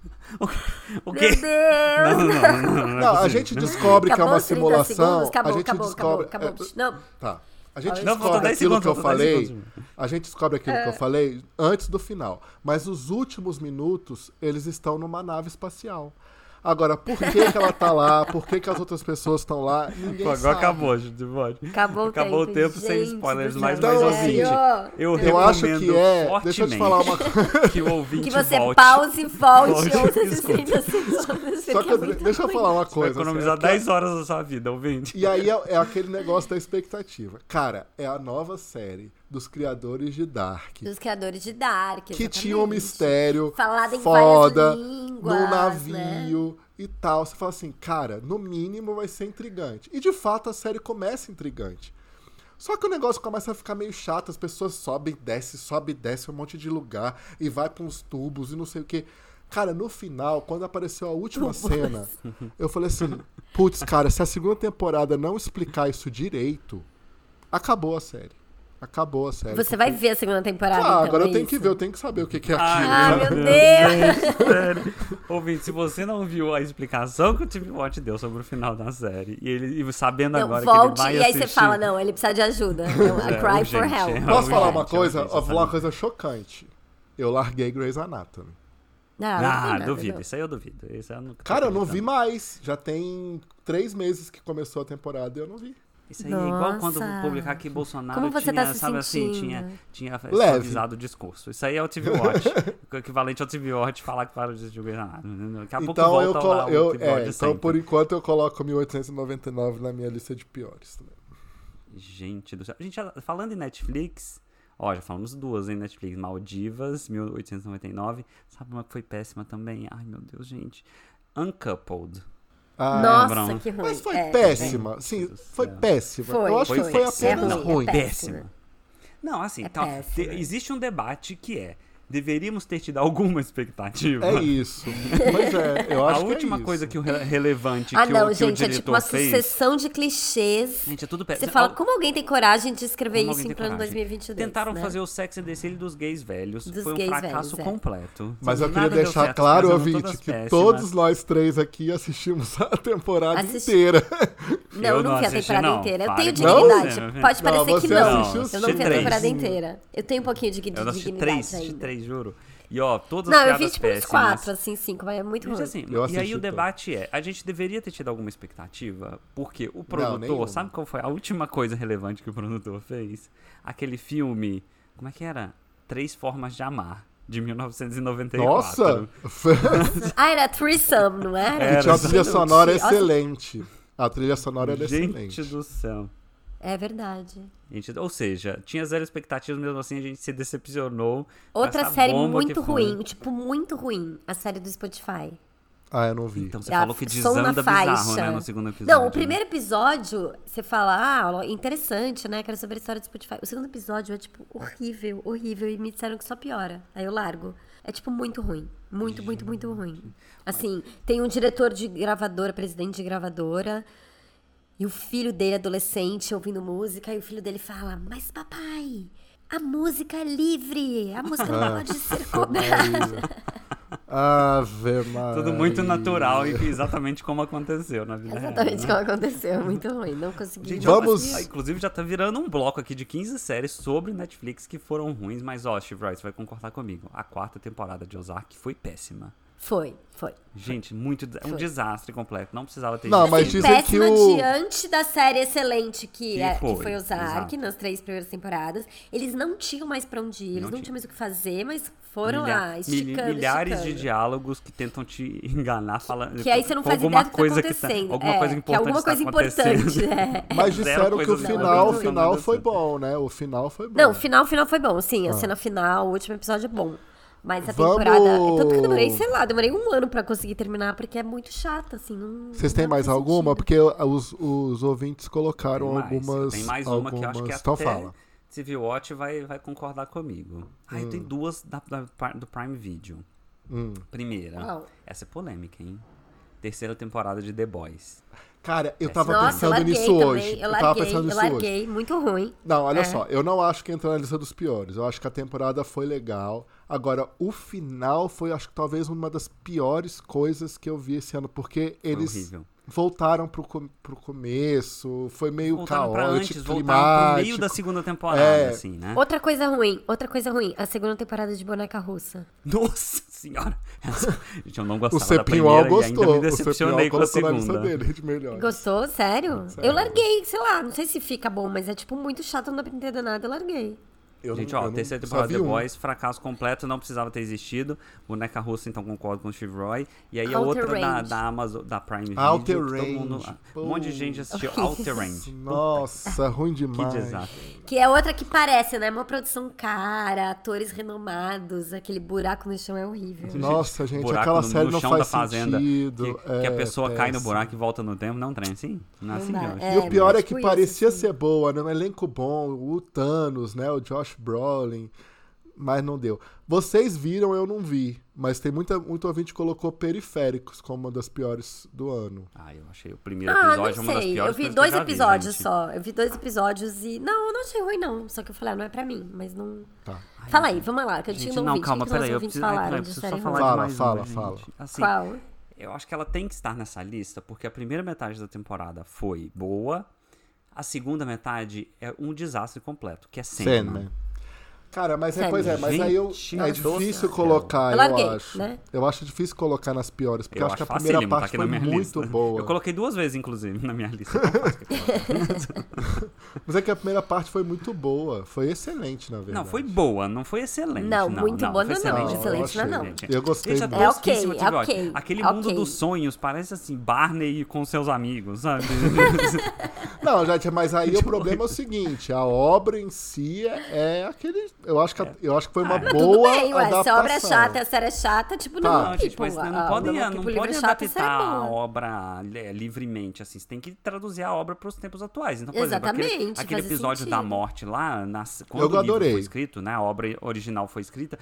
[SPEAKER 3] O
[SPEAKER 1] Meu
[SPEAKER 3] quê?
[SPEAKER 1] Deus!
[SPEAKER 3] Não, não, não, não, não é
[SPEAKER 2] Não, a
[SPEAKER 3] possível.
[SPEAKER 2] gente descobre que é
[SPEAKER 1] Acabou
[SPEAKER 2] uma
[SPEAKER 1] os 30 segundos,
[SPEAKER 2] simulação.
[SPEAKER 1] Acabou,
[SPEAKER 2] a gente
[SPEAKER 1] acabou,
[SPEAKER 2] descobre.
[SPEAKER 1] acabou, acabou.
[SPEAKER 2] é,
[SPEAKER 1] Não,
[SPEAKER 2] Tá. A gente
[SPEAKER 1] Não,
[SPEAKER 2] descobre
[SPEAKER 1] faltam
[SPEAKER 2] aquilo
[SPEAKER 3] dez
[SPEAKER 2] que eu
[SPEAKER 3] segundos, Ah, faltam
[SPEAKER 2] falei.
[SPEAKER 3] dez segundos.
[SPEAKER 2] A gente descobre aquilo
[SPEAKER 1] É.
[SPEAKER 2] que eu falei antes do final. Mas os últimos minutos, eles estão numa nave espacial. Agora, por que, que ela tá lá? Por que, que as outras pessoas estão lá? Ninguém
[SPEAKER 3] Pô, agora
[SPEAKER 2] sabe.
[SPEAKER 3] acabou, gente. pode.
[SPEAKER 1] acabou o
[SPEAKER 3] Acabou o
[SPEAKER 1] tempo.
[SPEAKER 3] tempo sem
[SPEAKER 1] gente
[SPEAKER 3] spoilers,
[SPEAKER 1] do
[SPEAKER 3] mas,
[SPEAKER 1] céu.
[SPEAKER 3] mas
[SPEAKER 2] Então,
[SPEAKER 3] ouvinte,
[SPEAKER 1] assim,
[SPEAKER 3] eu,
[SPEAKER 2] Eu acho que
[SPEAKER 3] recomendo
[SPEAKER 2] é.
[SPEAKER 3] fortemente
[SPEAKER 2] Deixa eu te falar uma coisa.
[SPEAKER 3] que o ouvinte
[SPEAKER 1] Que você
[SPEAKER 3] volte.
[SPEAKER 1] pause e volte
[SPEAKER 3] Volte,
[SPEAKER 1] ouça esses
[SPEAKER 3] escuta.
[SPEAKER 1] 30 segundos.
[SPEAKER 2] Só que
[SPEAKER 1] é
[SPEAKER 2] eu-
[SPEAKER 1] muito
[SPEAKER 2] deixa eu
[SPEAKER 1] ruim.
[SPEAKER 2] falar uma
[SPEAKER 3] Vai
[SPEAKER 2] coisa. assim,
[SPEAKER 3] economizar
[SPEAKER 2] é que-
[SPEAKER 3] 10 horas da sua vida, ouvinte.
[SPEAKER 2] E aí é, é aquele negócio da expectativa. Cara, é a nova série dos criadores de Dark.
[SPEAKER 1] Dos criadores de Dark.
[SPEAKER 2] que
[SPEAKER 1] exatamente.
[SPEAKER 2] tinha um mistério
[SPEAKER 1] Falado em
[SPEAKER 2] foda
[SPEAKER 1] várias línguas, né?
[SPEAKER 2] num navio e tal. Você fala assim, cara, no mínimo vai ser intrigante. E de fato a série começa intrigante. Só que o negócio começa a ficar meio chato, as pessoas sobem, descem, sobem, descem um monte de lugar e vai pra uns tubos e não sei o que. Cara, no final, quando apareceu a última cena, eu falei assim: putz, cara, se a segunda temporada não explicar isso direito, acabou a série. Acabou a série.
[SPEAKER 1] Você vai ver a segunda temporada.
[SPEAKER 2] Ah,
[SPEAKER 1] então,
[SPEAKER 2] agora
[SPEAKER 1] é
[SPEAKER 2] eu tenho
[SPEAKER 1] isso.
[SPEAKER 2] que ver, eu tenho que saber o que, que é aquilo.
[SPEAKER 1] Ah,
[SPEAKER 3] Ai,
[SPEAKER 1] meu Deus!
[SPEAKER 3] Sério. Ouvinte, se você não viu a explicação que o Tim Watch deu sobre o final da série, e ele e sabendo
[SPEAKER 1] Não,
[SPEAKER 3] agora
[SPEAKER 1] volte
[SPEAKER 3] que
[SPEAKER 1] e
[SPEAKER 3] ele vai
[SPEAKER 1] aí
[SPEAKER 3] assistir...
[SPEAKER 1] você fala, não, ele precisa de ajuda. Então, a
[SPEAKER 3] É,
[SPEAKER 1] cry
[SPEAKER 3] urgente,
[SPEAKER 1] for help.
[SPEAKER 3] é.
[SPEAKER 2] Posso
[SPEAKER 3] Não,
[SPEAKER 2] falar
[SPEAKER 3] gente,
[SPEAKER 2] uma coisa?
[SPEAKER 3] gente,
[SPEAKER 2] Eu vou falar uma
[SPEAKER 3] exatamente.
[SPEAKER 2] coisa chocante. Eu larguei Grey's Anatomy.
[SPEAKER 1] Não, não tem
[SPEAKER 3] Ah,
[SPEAKER 1] nada,
[SPEAKER 3] duvido.
[SPEAKER 1] não.
[SPEAKER 3] Isso aí eu duvido. Isso aí eu não tô
[SPEAKER 2] Cara, eu não vi
[SPEAKER 3] acreditando.
[SPEAKER 2] mais. Já tem três meses que começou a temporada e eu não vi.
[SPEAKER 3] Isso aí é igual quando
[SPEAKER 1] Nossa.
[SPEAKER 3] publicar que Bolsonaro
[SPEAKER 1] Como você
[SPEAKER 3] tinha,
[SPEAKER 1] tá se
[SPEAKER 3] sabe assim,
[SPEAKER 1] sentindo?
[SPEAKER 3] tinha, tinha
[SPEAKER 2] Leve.
[SPEAKER 3] suavizado o discurso. Isso aí é o TV Watch. o equivalente ao TV Watch falar que para de julgar nada. Daqui a pouco
[SPEAKER 2] Então
[SPEAKER 3] volta
[SPEAKER 2] eu,
[SPEAKER 3] ao-
[SPEAKER 2] colo-
[SPEAKER 3] ao
[SPEAKER 2] eu
[SPEAKER 3] TV Watch
[SPEAKER 2] é, então
[SPEAKER 3] sempre.
[SPEAKER 2] por enquanto eu coloco 1899 na minha lista de piores. também.
[SPEAKER 3] Gente do céu. Gente, já- falando em Netflix, ó, já falamos duas em Netflix. Maldivas, 1899. Sabe uma que foi péssima também? Ai, meu Deus, gente. Uncoupled.
[SPEAKER 2] Ah, é.
[SPEAKER 1] Nossa,
[SPEAKER 3] Bruno.
[SPEAKER 1] que ruim.
[SPEAKER 2] Mas foi
[SPEAKER 1] É.
[SPEAKER 2] péssima. Sim,
[SPEAKER 3] Deus do
[SPEAKER 2] foi
[SPEAKER 3] céu.
[SPEAKER 2] péssima.
[SPEAKER 1] Foi,
[SPEAKER 2] eu acho que
[SPEAKER 1] foi
[SPEAKER 2] foi
[SPEAKER 1] péssima.
[SPEAKER 2] apenas
[SPEAKER 1] É ruim, é
[SPEAKER 2] ruim.
[SPEAKER 1] péssima.
[SPEAKER 3] Não, assim,
[SPEAKER 1] É
[SPEAKER 3] tá-
[SPEAKER 1] péssima.
[SPEAKER 3] te- existe um debate que é: deveríamos ter tido alguma expectativa?
[SPEAKER 2] É isso. Pois é, eu acho
[SPEAKER 3] a
[SPEAKER 2] que é
[SPEAKER 3] última
[SPEAKER 2] isso.
[SPEAKER 3] coisa que o re- relevante
[SPEAKER 1] Ah,
[SPEAKER 3] que,
[SPEAKER 1] não,
[SPEAKER 3] o, que o
[SPEAKER 1] gente, é
[SPEAKER 3] diretor
[SPEAKER 1] tipo uma
[SPEAKER 3] fez.
[SPEAKER 1] sucessão de clichês.
[SPEAKER 3] Gente, é tudo péssimo.
[SPEAKER 1] Você fala,
[SPEAKER 3] Al-
[SPEAKER 1] como alguém tem coragem de escrever
[SPEAKER 3] como
[SPEAKER 1] isso
[SPEAKER 3] alguém
[SPEAKER 1] em
[SPEAKER 3] tem
[SPEAKER 1] plano
[SPEAKER 3] coragem?
[SPEAKER 1] 2022?
[SPEAKER 3] Tentaram
[SPEAKER 1] né?
[SPEAKER 3] fazer o Sex and the City dos gays velhos.
[SPEAKER 1] Dos
[SPEAKER 3] foi um
[SPEAKER 1] gays
[SPEAKER 3] fracasso
[SPEAKER 1] velhos, é.
[SPEAKER 3] completo.
[SPEAKER 2] Mas eu queria
[SPEAKER 3] Nada deu
[SPEAKER 2] deixar
[SPEAKER 3] certo,
[SPEAKER 2] claro,
[SPEAKER 3] ficaram
[SPEAKER 2] ouvinte,
[SPEAKER 3] todas
[SPEAKER 2] que
[SPEAKER 3] péssimas.
[SPEAKER 2] todos nós três aqui assistimos a temporada
[SPEAKER 1] Assisti-
[SPEAKER 2] inteira.
[SPEAKER 1] Não, eu
[SPEAKER 3] Eu
[SPEAKER 1] não,
[SPEAKER 3] não
[SPEAKER 1] vi
[SPEAKER 3] assisti,
[SPEAKER 1] a temporada
[SPEAKER 3] não.
[SPEAKER 1] inteira. Eu
[SPEAKER 3] Para
[SPEAKER 1] tenho
[SPEAKER 3] com
[SPEAKER 1] dignidade.
[SPEAKER 3] você, meu filho.
[SPEAKER 1] Pode
[SPEAKER 2] Não,
[SPEAKER 1] parecer que
[SPEAKER 2] você
[SPEAKER 1] não.
[SPEAKER 3] assistiu
[SPEAKER 1] eu não vi a
[SPEAKER 3] três.
[SPEAKER 1] temporada inteira. Eu tenho um pouquinho de, de
[SPEAKER 3] Eu assisti
[SPEAKER 1] dignidade
[SPEAKER 3] três, assisti
[SPEAKER 1] ainda.
[SPEAKER 3] três, juro. E ó, todas as
[SPEAKER 1] Não, eu
[SPEAKER 3] piadas
[SPEAKER 1] vi tipo uns
[SPEAKER 3] péssimas.
[SPEAKER 1] quatro, assim, cinco, mas é muito
[SPEAKER 3] Mas,
[SPEAKER 1] ruim.
[SPEAKER 3] assim,
[SPEAKER 2] Eu
[SPEAKER 3] e aí
[SPEAKER 2] assisti
[SPEAKER 3] o
[SPEAKER 2] todas.
[SPEAKER 3] debate é, a gente deveria ter tido alguma expectativa, porque o produtor,
[SPEAKER 2] nenhuma.
[SPEAKER 3] sabe qual foi a última coisa relevante que o produtor fez? Aquele filme, como é que era? Três Formas de Amar, de 1994.
[SPEAKER 2] Nossa!
[SPEAKER 1] Ah, era threesome, não era?
[SPEAKER 2] E
[SPEAKER 3] Era,
[SPEAKER 2] tinha uma
[SPEAKER 3] exatamente.
[SPEAKER 2] trilha sonora
[SPEAKER 1] Nossa.
[SPEAKER 2] excelente. A trilha sonora era
[SPEAKER 3] Gente
[SPEAKER 2] excelente.
[SPEAKER 3] do céu.
[SPEAKER 1] É verdade.
[SPEAKER 3] Gente, ou seja, tinha zero expectativas, mesmo assim a gente se decepcionou. com
[SPEAKER 1] Outra
[SPEAKER 3] essa
[SPEAKER 1] série
[SPEAKER 3] bomba que
[SPEAKER 1] muito
[SPEAKER 3] foi.
[SPEAKER 1] ruim, tipo, muito ruim. A série do Spotify.
[SPEAKER 2] Ah, eu não vi.
[SPEAKER 3] Então, você
[SPEAKER 1] Ah,
[SPEAKER 3] falou que
[SPEAKER 1] som na
[SPEAKER 3] desanda bizarro,
[SPEAKER 1] faixa.
[SPEAKER 3] né, no segundo episódio.
[SPEAKER 1] Não, o
[SPEAKER 3] né?
[SPEAKER 1] primeiro episódio, você fala, ah, interessante, né? Quero saber a história do Spotify. O segundo episódio é, tipo, horrível, horrível. E me disseram que só piora. Aí eu largo. É, tipo, muito ruim. Muito, muito, muito ruim. Assim, tem um diretor de gravadora, presidente de gravadora. E o filho dele, adolescente, ouvindo música. E o filho dele fala, mas papai, a música é livre. A música não pode ser
[SPEAKER 3] né?
[SPEAKER 1] cobrada.
[SPEAKER 2] Ave Maria.
[SPEAKER 3] Tudo muito natural e exatamente como aconteceu na vida real,
[SPEAKER 1] Exatamente
[SPEAKER 3] né?
[SPEAKER 1] como aconteceu. É Muito ruim. Não consegui.
[SPEAKER 3] Gente,
[SPEAKER 1] não
[SPEAKER 3] ó,
[SPEAKER 2] Vamos-
[SPEAKER 3] mas, ah, inclusive já tá virando um bloco aqui de 15 séries sobre Netflix que foram ruins, mas ó, Steve Rice vai concordar comigo. A quarta temporada de Ozark foi péssima.
[SPEAKER 1] Foi, foi.
[SPEAKER 3] Gente, muito. É um
[SPEAKER 1] Foi.
[SPEAKER 3] desastre completo. Não precisava ter
[SPEAKER 2] Não,
[SPEAKER 3] isso.
[SPEAKER 2] mas
[SPEAKER 1] Assim,
[SPEAKER 2] dizem que
[SPEAKER 1] péssima
[SPEAKER 2] o-
[SPEAKER 1] diante da série excelente que,
[SPEAKER 3] Que
[SPEAKER 1] é, que foi,
[SPEAKER 3] foi,
[SPEAKER 1] Ozark
[SPEAKER 3] exato.
[SPEAKER 1] nas três primeiras temporadas. Eles não tinham mais pra onde ir, eles não,
[SPEAKER 3] Não
[SPEAKER 1] tinham
[SPEAKER 3] tinha.
[SPEAKER 1] mais o que fazer, mas foram
[SPEAKER 3] Milha-
[SPEAKER 1] lá,
[SPEAKER 3] mil-
[SPEAKER 1] esticando,
[SPEAKER 3] Milhares
[SPEAKER 1] esticando.
[SPEAKER 3] de diálogos que tentam te enganar, falando.
[SPEAKER 1] Que aí você não
[SPEAKER 3] com
[SPEAKER 1] faz
[SPEAKER 3] alguma
[SPEAKER 1] ideia do que
[SPEAKER 3] coisa
[SPEAKER 1] tá acontecendo.
[SPEAKER 3] Que tá, alguma
[SPEAKER 1] É,
[SPEAKER 3] coisa
[SPEAKER 1] que é
[SPEAKER 3] importante.
[SPEAKER 1] alguma
[SPEAKER 3] está
[SPEAKER 1] coisa importante.
[SPEAKER 3] acontecendo.
[SPEAKER 1] é.
[SPEAKER 2] Mas
[SPEAKER 3] Zero
[SPEAKER 2] disseram que o
[SPEAKER 3] coisas
[SPEAKER 2] final, o
[SPEAKER 1] maravilhosas
[SPEAKER 2] final foi
[SPEAKER 3] acontecendo.
[SPEAKER 2] bom, né? O final foi bom.
[SPEAKER 1] Não, o final, o final foi bom, sim. A cena final, o último episódio é bom. Mas a temporada.
[SPEAKER 2] Ah. Vamos!
[SPEAKER 1] é Tanto que eu demorei, sei lá, demorei um ano pra conseguir terminar, porque é muito chata, assim. não-
[SPEAKER 2] Vocês têm
[SPEAKER 1] não
[SPEAKER 2] mais
[SPEAKER 1] faz
[SPEAKER 2] alguma?
[SPEAKER 1] sentido.
[SPEAKER 2] Porque os, os ouvintes colocaram
[SPEAKER 3] Tem mais,
[SPEAKER 2] algumas.
[SPEAKER 3] Tem mais uma
[SPEAKER 2] algumas...
[SPEAKER 3] que eu acho que é até
[SPEAKER 2] Então fala.
[SPEAKER 3] Civil Watch vai, vai concordar comigo. Aí tem duas da- da- do Prime Video.
[SPEAKER 2] Hum.
[SPEAKER 3] Primeira.
[SPEAKER 1] Qual?
[SPEAKER 3] Essa é polêmica, hein? Terceira temporada de The Boys.
[SPEAKER 2] Cara, eu
[SPEAKER 3] Essa-
[SPEAKER 2] tava
[SPEAKER 1] Nossa, eu
[SPEAKER 2] pensando
[SPEAKER 1] larguei
[SPEAKER 2] nisso
[SPEAKER 1] também.
[SPEAKER 2] hoje.
[SPEAKER 1] Eu
[SPEAKER 2] tava
[SPEAKER 1] larguei,
[SPEAKER 2] pensando
[SPEAKER 1] eu
[SPEAKER 2] nisso hoje.
[SPEAKER 1] larguei. Muito ruim.
[SPEAKER 2] Não, olha
[SPEAKER 1] É.
[SPEAKER 2] só, eu não acho que entra na lista dos piores. Eu acho que a temporada foi legal. Agora, o final foi, acho que talvez uma das piores coisas que eu vi esse ano, porque
[SPEAKER 3] Foi
[SPEAKER 2] eles
[SPEAKER 3] É horrível.
[SPEAKER 2] voltaram pro, com- pro começo, foi meio
[SPEAKER 3] Voltaram pra
[SPEAKER 2] caótico,
[SPEAKER 3] antes, voltaram pro meio
[SPEAKER 2] climático.
[SPEAKER 3] da segunda temporada,
[SPEAKER 2] É.
[SPEAKER 3] assim, né?
[SPEAKER 1] Outra coisa ruim, outra coisa ruim. A segunda temporada de Boneca Russa.
[SPEAKER 3] Nossa senhora! Gente, eu não
[SPEAKER 2] O
[SPEAKER 3] gostava da
[SPEAKER 2] Cepinhol
[SPEAKER 3] primeira e ainda
[SPEAKER 2] gostou.
[SPEAKER 3] me
[SPEAKER 2] O
[SPEAKER 3] decepcionei
[SPEAKER 2] Cepinhol
[SPEAKER 3] com a
[SPEAKER 2] colocou na
[SPEAKER 3] segunda.
[SPEAKER 2] lista dele de melhor.
[SPEAKER 1] Gostou? Sério?
[SPEAKER 2] Sério.
[SPEAKER 1] Eu larguei, sei lá, não sei se fica bom, mas é tipo muito chato, não dá pra entender nada, eu larguei.
[SPEAKER 2] Eu
[SPEAKER 3] Gente,
[SPEAKER 2] não- eu
[SPEAKER 3] ó,
[SPEAKER 2] não-
[SPEAKER 3] terceira
[SPEAKER 2] só
[SPEAKER 3] temporada é
[SPEAKER 2] vi
[SPEAKER 3] The
[SPEAKER 2] um.
[SPEAKER 3] Boys, fracasso completo, não precisava ter existido. Boneca russa, então concordo com o Steve Roy. E aí a
[SPEAKER 1] Outer
[SPEAKER 3] outra da,
[SPEAKER 1] Range.
[SPEAKER 3] da Amazon, da Prime Video.
[SPEAKER 2] Outer
[SPEAKER 3] que todo mundo-
[SPEAKER 2] Range,
[SPEAKER 3] um monte de gente assistiu Outer Range.
[SPEAKER 2] Nossa, ruim
[SPEAKER 3] Que
[SPEAKER 2] demais.
[SPEAKER 3] desastre.
[SPEAKER 1] Que é outra que parece, né? Uma produção cara, atores renomados, aquele buraco no chão é horrível.
[SPEAKER 2] Nossa, gente,
[SPEAKER 3] buraco
[SPEAKER 2] aquela
[SPEAKER 3] no,
[SPEAKER 2] série
[SPEAKER 3] no
[SPEAKER 2] não
[SPEAKER 3] chão
[SPEAKER 2] faz
[SPEAKER 3] da fazenda.
[SPEAKER 2] sentido.
[SPEAKER 3] que, que a
[SPEAKER 2] É,
[SPEAKER 3] pessoa cai no
[SPEAKER 2] péssimo.
[SPEAKER 3] buraco e volta no tempo. Não, trem assim? Não é assim,
[SPEAKER 1] dá,
[SPEAKER 3] não.
[SPEAKER 1] é.
[SPEAKER 2] E o pior é,
[SPEAKER 1] mas
[SPEAKER 2] que
[SPEAKER 1] tipo isso,
[SPEAKER 2] parecia
[SPEAKER 1] assim.
[SPEAKER 2] ser boa, né? Um elenco bom, o Thanos, né? O Josh Brolin, mas não deu. Vocês viram, eu não vi, mas tem muita, muito ouvinte que colocou Periféricos como uma das piores do ano.
[SPEAKER 3] Ah, eu achei o primeiro
[SPEAKER 1] Ah,
[SPEAKER 3] episódio é
[SPEAKER 1] não
[SPEAKER 3] uma das
[SPEAKER 1] sei.
[SPEAKER 3] piores
[SPEAKER 1] Eu vi
[SPEAKER 3] coisas
[SPEAKER 1] dois
[SPEAKER 3] que eu já vi,
[SPEAKER 1] episódios
[SPEAKER 3] gente.
[SPEAKER 1] só. Eu vi dois episódios e. Não, eu não achei ruim, não. Só que eu falei, ah, não é pra mim, mas não.
[SPEAKER 2] Tá.
[SPEAKER 1] Fala aí, vamos lá, que eu
[SPEAKER 3] Gente,
[SPEAKER 1] tinha um
[SPEAKER 3] não,
[SPEAKER 1] ouvinte.
[SPEAKER 3] calma,
[SPEAKER 1] o que que
[SPEAKER 3] peraí, eu
[SPEAKER 1] nossos ouvintes
[SPEAKER 3] preciso, ai, peraí,
[SPEAKER 1] falaram
[SPEAKER 3] eu
[SPEAKER 1] de
[SPEAKER 3] preciso
[SPEAKER 1] série
[SPEAKER 3] só
[SPEAKER 1] ruim?
[SPEAKER 3] falar
[SPEAKER 2] Fala,
[SPEAKER 3] de mais
[SPEAKER 2] fala,
[SPEAKER 3] uma,
[SPEAKER 2] fala.
[SPEAKER 3] gente. Assim,
[SPEAKER 1] Qual?
[SPEAKER 3] Eu acho que ela tem que estar nessa lista, porque a primeira metade da temporada foi boa, a segunda metade é um desastre completo, que é Sandman.
[SPEAKER 2] Sandman. Cara, mas é,
[SPEAKER 1] Sandman.
[SPEAKER 2] pois é, mas aí eu,
[SPEAKER 3] Gente
[SPEAKER 2] é
[SPEAKER 3] do
[SPEAKER 2] difícil
[SPEAKER 3] céu.
[SPEAKER 2] colocar,
[SPEAKER 1] Eu
[SPEAKER 2] eu,
[SPEAKER 1] larguei,
[SPEAKER 2] acho.
[SPEAKER 1] né?
[SPEAKER 2] Eu acho difícil colocar nas piores, porque eu acho que a primeira
[SPEAKER 3] facílimo, tá
[SPEAKER 2] parte
[SPEAKER 3] aqui
[SPEAKER 2] foi
[SPEAKER 3] na minha
[SPEAKER 2] muito
[SPEAKER 3] lista.
[SPEAKER 2] boa.
[SPEAKER 3] Eu coloquei duas vezes, inclusive, na minha lista. tão fácil que eu coloquei.
[SPEAKER 2] Mas é que a primeira parte foi muito boa, foi excelente, na verdade.
[SPEAKER 3] não, foi boa, não foi excelente.
[SPEAKER 1] Não,
[SPEAKER 3] Não,
[SPEAKER 1] muito
[SPEAKER 3] não,
[SPEAKER 1] boa
[SPEAKER 3] foi
[SPEAKER 1] não, não,
[SPEAKER 3] excelente.
[SPEAKER 1] excelente
[SPEAKER 2] não,
[SPEAKER 3] eu
[SPEAKER 2] não.
[SPEAKER 3] achei,
[SPEAKER 2] Eu gostei
[SPEAKER 3] Gente,
[SPEAKER 2] muito.
[SPEAKER 1] É
[SPEAKER 3] tosquíssimo
[SPEAKER 1] ok,
[SPEAKER 3] episódio.
[SPEAKER 1] ok,
[SPEAKER 3] Aquele
[SPEAKER 1] ok.
[SPEAKER 3] mundo dos sonhos parece assim, Barney com seus amigos, sabe?
[SPEAKER 2] Não, gente, mas aí o problema é o seguinte, a obra em si é, é aquele, eu acho que a- eu acho que foi uma
[SPEAKER 1] Mas Ah, tudo
[SPEAKER 2] boa
[SPEAKER 1] bem, ué. Se
[SPEAKER 2] adaptação.
[SPEAKER 1] a obra é chata, a série é chata, tipo,
[SPEAKER 2] Tá.
[SPEAKER 1] não,
[SPEAKER 3] Não, gente, mas não, pode, não pode
[SPEAKER 1] chata, é a série é
[SPEAKER 3] adaptar a
[SPEAKER 1] boa.
[SPEAKER 3] obra é, livremente, assim. Você tem que traduzir a obra para os tempos atuais. Então, por exemplo,
[SPEAKER 1] Exatamente,
[SPEAKER 3] aquele- aquele,
[SPEAKER 1] fazer
[SPEAKER 3] episódio
[SPEAKER 1] sentido.
[SPEAKER 3] da morte lá, nas- quando o livro
[SPEAKER 2] adorei.
[SPEAKER 3] foi escrito, né, a obra original foi escrita,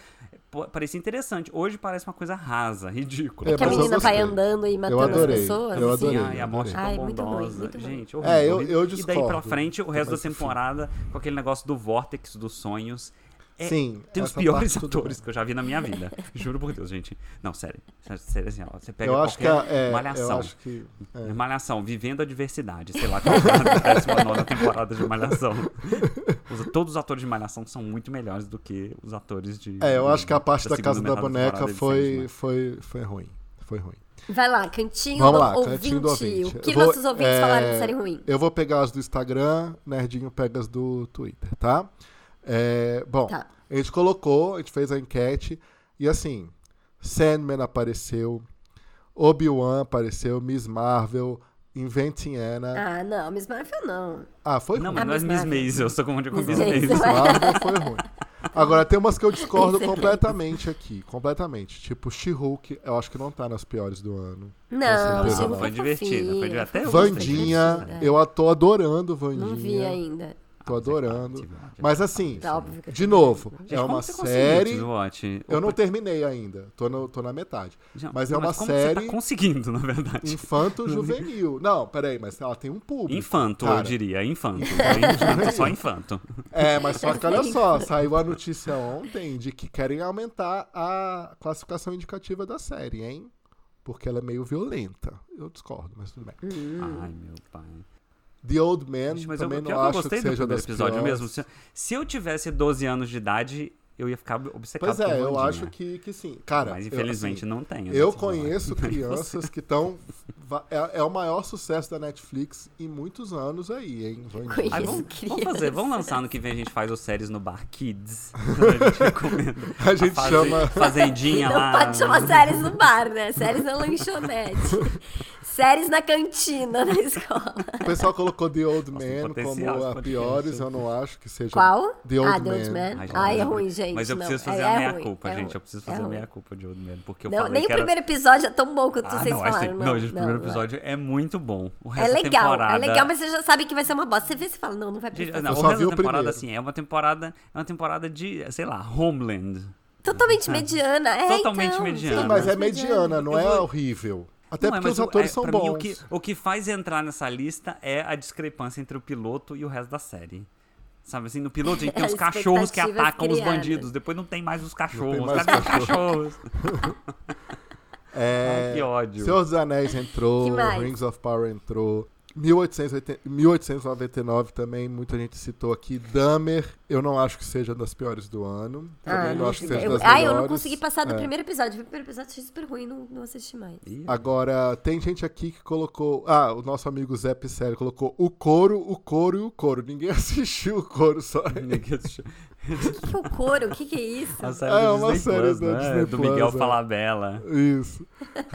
[SPEAKER 3] pô, parecia interessante. Hoje parece uma coisa rasa, ridícula.
[SPEAKER 2] É,
[SPEAKER 1] Que a
[SPEAKER 2] mas eu
[SPEAKER 1] menina vai
[SPEAKER 2] gostei.
[SPEAKER 1] andando e matando as
[SPEAKER 2] adorei,
[SPEAKER 1] pessoas.
[SPEAKER 2] eu
[SPEAKER 1] assim.
[SPEAKER 2] adorei.
[SPEAKER 3] Ai, a morte é tão
[SPEAKER 1] Ai, muito
[SPEAKER 3] bondosa.
[SPEAKER 1] ruim, muito ruim.
[SPEAKER 3] gente,
[SPEAKER 2] É, eu-
[SPEAKER 3] horrível.
[SPEAKER 2] eu
[SPEAKER 3] E daí pra
[SPEAKER 2] discordo.
[SPEAKER 3] frente, o resto da
[SPEAKER 2] Mas, enfim.
[SPEAKER 3] temporada, com aquele negócio do vórtex dos sonhos. É,
[SPEAKER 2] Sim,
[SPEAKER 3] tem os
[SPEAKER 2] essa
[SPEAKER 3] piores
[SPEAKER 2] parte tudo
[SPEAKER 3] atores que eu já vi na minha vida. Juro por Deus, gente. Não, sério. Sério, sério assim, ó, você pega
[SPEAKER 2] Eu acho que
[SPEAKER 3] qualquer
[SPEAKER 2] é,
[SPEAKER 3] malhação.
[SPEAKER 2] eu acho que é.
[SPEAKER 3] Malhação, vivendo a diversidade. Sei lá qual é a décima nona temporada de Malhação. Os- todos os atores de Malhação são muito melhores do que os atores de.
[SPEAKER 2] É, eu acho que a parte da,
[SPEAKER 3] segunda
[SPEAKER 2] casa da
[SPEAKER 3] metade
[SPEAKER 2] boneca
[SPEAKER 3] temporada é de
[SPEAKER 2] foi,
[SPEAKER 3] Sandman.
[SPEAKER 2] foi, foi ruim. Foi ruim.
[SPEAKER 1] Vai lá, cantinho
[SPEAKER 2] Vamos
[SPEAKER 1] do
[SPEAKER 2] lá,
[SPEAKER 1] ouvinte.
[SPEAKER 2] cantinho do ouvinte.
[SPEAKER 1] O que
[SPEAKER 2] Eu vou-
[SPEAKER 1] nossos ouvintes
[SPEAKER 2] é,
[SPEAKER 1] falaram de série ruim?
[SPEAKER 2] Eu vou pegar as do Instagram, Nerdinho pega as do Twitter, tá? É, bom,
[SPEAKER 1] Tá.
[SPEAKER 2] a gente colocou, a gente fez a enquete, e assim, Sandman apareceu, Obi-Wan apareceu, Miss Marvel, Inventing Anna.
[SPEAKER 1] Ah, não, Miss Marvel não.
[SPEAKER 2] Ah, foi
[SPEAKER 3] Não, mas
[SPEAKER 2] ruim.
[SPEAKER 1] A
[SPEAKER 3] não é
[SPEAKER 1] Miss
[SPEAKER 3] Miss
[SPEAKER 1] Marvel.
[SPEAKER 3] Maisel, eu sou confundindo com
[SPEAKER 1] Miss
[SPEAKER 3] Miss
[SPEAKER 1] Maisel.
[SPEAKER 3] Maisel.
[SPEAKER 2] Miss Marvel foi ruim. Agora, tem umas que eu discordo
[SPEAKER 1] Excelente.
[SPEAKER 2] completamente aqui, completamente. Tipo, She-Hulk, eu acho que não tá nas piores do ano.
[SPEAKER 1] Não,
[SPEAKER 2] não,
[SPEAKER 1] Chico
[SPEAKER 2] não.
[SPEAKER 1] foi
[SPEAKER 3] Foi divertida,
[SPEAKER 1] fofinho,
[SPEAKER 3] foi divertida. Até
[SPEAKER 1] fofinho.
[SPEAKER 3] Eu gostei, né?
[SPEAKER 2] Vandinha,
[SPEAKER 1] É.
[SPEAKER 2] eu a- tô adorando Vandinha.
[SPEAKER 1] Não vi ainda.
[SPEAKER 3] é
[SPEAKER 2] Tô adorando.
[SPEAKER 3] Tive ódio.
[SPEAKER 2] Mas assim,
[SPEAKER 1] Tá óbvio que eu
[SPEAKER 2] de novo,
[SPEAKER 3] é Gente,
[SPEAKER 2] é
[SPEAKER 3] como
[SPEAKER 2] uma
[SPEAKER 3] você
[SPEAKER 2] série.
[SPEAKER 3] conseguiu, Tipo, Watch?
[SPEAKER 2] Eu não terminei ainda, tô, no- tô na metade.
[SPEAKER 3] Não,
[SPEAKER 2] Mas é uma
[SPEAKER 3] como você
[SPEAKER 2] série
[SPEAKER 3] tá conseguindo, na verdade.
[SPEAKER 2] infanto-juvenil. Não, peraí, mas ela tem um público.
[SPEAKER 3] Infanto, eu
[SPEAKER 2] cara.
[SPEAKER 3] diria. Infanto. Infanto, só infanto.
[SPEAKER 2] É, mas só que olha só, saiu a notícia ontem de que querem aumentar a classificação indicativa da série, hein? Porque ela é meio violenta. Eu discordo, mas tudo bem.
[SPEAKER 3] Ai, meu pai.
[SPEAKER 2] The Old Man
[SPEAKER 3] Gente, mas eu,
[SPEAKER 2] também
[SPEAKER 3] eu,
[SPEAKER 2] não
[SPEAKER 3] eu
[SPEAKER 2] acho
[SPEAKER 3] gostei
[SPEAKER 2] que
[SPEAKER 3] do
[SPEAKER 2] seja
[SPEAKER 3] primeiro
[SPEAKER 2] das
[SPEAKER 3] episódio
[SPEAKER 2] piores.
[SPEAKER 3] mesmo. Se, se eu tivesse 12 anos de idade, eu ia ficar obcecado
[SPEAKER 2] Pois é,
[SPEAKER 3] com
[SPEAKER 2] eu
[SPEAKER 3] Wandinha.
[SPEAKER 2] acho que, que sim. Cara,
[SPEAKER 3] Tá Mas
[SPEAKER 2] eu-
[SPEAKER 3] infelizmente
[SPEAKER 2] assim,
[SPEAKER 3] não tenho. né,
[SPEAKER 2] Eu
[SPEAKER 3] celular.
[SPEAKER 2] conheço crianças que estão. É, é o maior sucesso da Netflix em muitos anos aí, hein? Vandinha?
[SPEAKER 1] Conheço.
[SPEAKER 3] Aí vamos,
[SPEAKER 1] Criança.
[SPEAKER 3] vamos fazer, vamos lançar ano que vem a gente faz os séries no bar Kids. A gente recomenda.
[SPEAKER 2] A gente
[SPEAKER 3] faze-
[SPEAKER 2] chama.
[SPEAKER 3] Fazendinha
[SPEAKER 1] Não
[SPEAKER 3] lá.
[SPEAKER 1] pode chamar séries no bar, né? Séries na lanchonete. séries na cantina da escola.
[SPEAKER 2] O pessoal colocou The Old
[SPEAKER 3] Nossa,
[SPEAKER 2] Man
[SPEAKER 3] potencial
[SPEAKER 2] como
[SPEAKER 3] esse
[SPEAKER 2] a
[SPEAKER 3] podcast,
[SPEAKER 2] piores,
[SPEAKER 3] hein?
[SPEAKER 2] eu não acho que seja.
[SPEAKER 1] Qual?
[SPEAKER 2] Tipo, The Old
[SPEAKER 1] ah, The Old
[SPEAKER 2] Man.
[SPEAKER 1] Man.
[SPEAKER 3] Ai, gente,
[SPEAKER 1] Ai, é
[SPEAKER 3] não.
[SPEAKER 1] ruim, gente.
[SPEAKER 3] Mas eu
[SPEAKER 1] não.
[SPEAKER 3] preciso
[SPEAKER 1] É-
[SPEAKER 3] fazer
[SPEAKER 1] é
[SPEAKER 3] a minha
[SPEAKER 1] ruim,
[SPEAKER 3] culpa,
[SPEAKER 1] é
[SPEAKER 3] gente.
[SPEAKER 1] ruim,
[SPEAKER 3] Eu preciso
[SPEAKER 1] é
[SPEAKER 3] fazer a
[SPEAKER 1] ruim.
[SPEAKER 3] minha culpa de Old Man. Porque eu
[SPEAKER 1] Não,
[SPEAKER 3] falei
[SPEAKER 1] nem o
[SPEAKER 3] que era...
[SPEAKER 1] primeiro episódio é tão bom quanto
[SPEAKER 3] Ah,
[SPEAKER 1] vocês
[SPEAKER 3] não, é
[SPEAKER 1] falaram.
[SPEAKER 3] assim-
[SPEAKER 1] não,
[SPEAKER 3] não, gente, o primeiro
[SPEAKER 1] não,
[SPEAKER 3] episódio é muito bom. O
[SPEAKER 1] É
[SPEAKER 3] resto da
[SPEAKER 1] legal,
[SPEAKER 3] temporada...
[SPEAKER 1] é legal, mas você já sabe que vai ser uma bosta. Você vê e você fala, não, não vai
[SPEAKER 3] Gente,
[SPEAKER 1] prestar.
[SPEAKER 3] não,
[SPEAKER 2] Eu
[SPEAKER 3] o
[SPEAKER 2] só
[SPEAKER 3] resto
[SPEAKER 2] vi
[SPEAKER 3] da
[SPEAKER 2] o
[SPEAKER 3] temporada,
[SPEAKER 2] primeiro.
[SPEAKER 3] assim, é uma temporada, é uma temporada de, sei lá, Homeland.
[SPEAKER 1] Totalmente mediana. É,
[SPEAKER 3] Totalmente
[SPEAKER 1] então,
[SPEAKER 3] mediana.
[SPEAKER 2] Sim,
[SPEAKER 1] sim,
[SPEAKER 2] mas é
[SPEAKER 1] totalmente
[SPEAKER 2] mediana, não é horrível. Até
[SPEAKER 3] Não é,
[SPEAKER 2] porque
[SPEAKER 3] mas
[SPEAKER 2] os
[SPEAKER 3] o-
[SPEAKER 2] atores
[SPEAKER 3] é,
[SPEAKER 2] são
[SPEAKER 3] pra
[SPEAKER 2] bons.
[SPEAKER 3] Mim, o, que, o que faz entrar nessa lista é a discrepância entre o piloto e o resto da série. Sabe assim, no piloto a gente tem
[SPEAKER 1] É,
[SPEAKER 3] os cachorros que
[SPEAKER 1] expectativas
[SPEAKER 3] atacam os
[SPEAKER 1] criadas.
[SPEAKER 3] bandidos, depois não tem mais os cachorros.
[SPEAKER 2] mais
[SPEAKER 3] Cadê os cachorros?
[SPEAKER 2] É,
[SPEAKER 3] Ai, que ódio.
[SPEAKER 2] Senhor dos Anéis entrou,
[SPEAKER 1] Que mais?
[SPEAKER 2] Rings of Power entrou. 1880 1899 também, muita gente citou aqui. Dahmer, eu não acho que seja das piores do ano. Também
[SPEAKER 1] Ah,
[SPEAKER 2] não acho que seja
[SPEAKER 1] eu,
[SPEAKER 2] das
[SPEAKER 1] ah, eu não
[SPEAKER 2] melhores.
[SPEAKER 1] consegui passar do
[SPEAKER 2] É.
[SPEAKER 1] primeiro episódio. O primeiro episódio achei super ruim, não, não assisti mais.
[SPEAKER 3] Ih,
[SPEAKER 2] Agora, tem gente aqui que colocou. Ah, o nosso amigo Zé Pisselli colocou o couro, o couro e o couro. Ninguém assistiu o couro só.
[SPEAKER 3] ninguém assistiu.
[SPEAKER 1] O que, que é o couro? O que, que é isso?
[SPEAKER 3] A série
[SPEAKER 2] É,
[SPEAKER 3] do
[SPEAKER 2] uma
[SPEAKER 3] Disney
[SPEAKER 2] série
[SPEAKER 3] Plus,
[SPEAKER 2] da
[SPEAKER 3] né?
[SPEAKER 2] Disney
[SPEAKER 3] do
[SPEAKER 2] Plus,
[SPEAKER 3] Miguel
[SPEAKER 2] é.
[SPEAKER 3] Falabella.
[SPEAKER 2] Isso.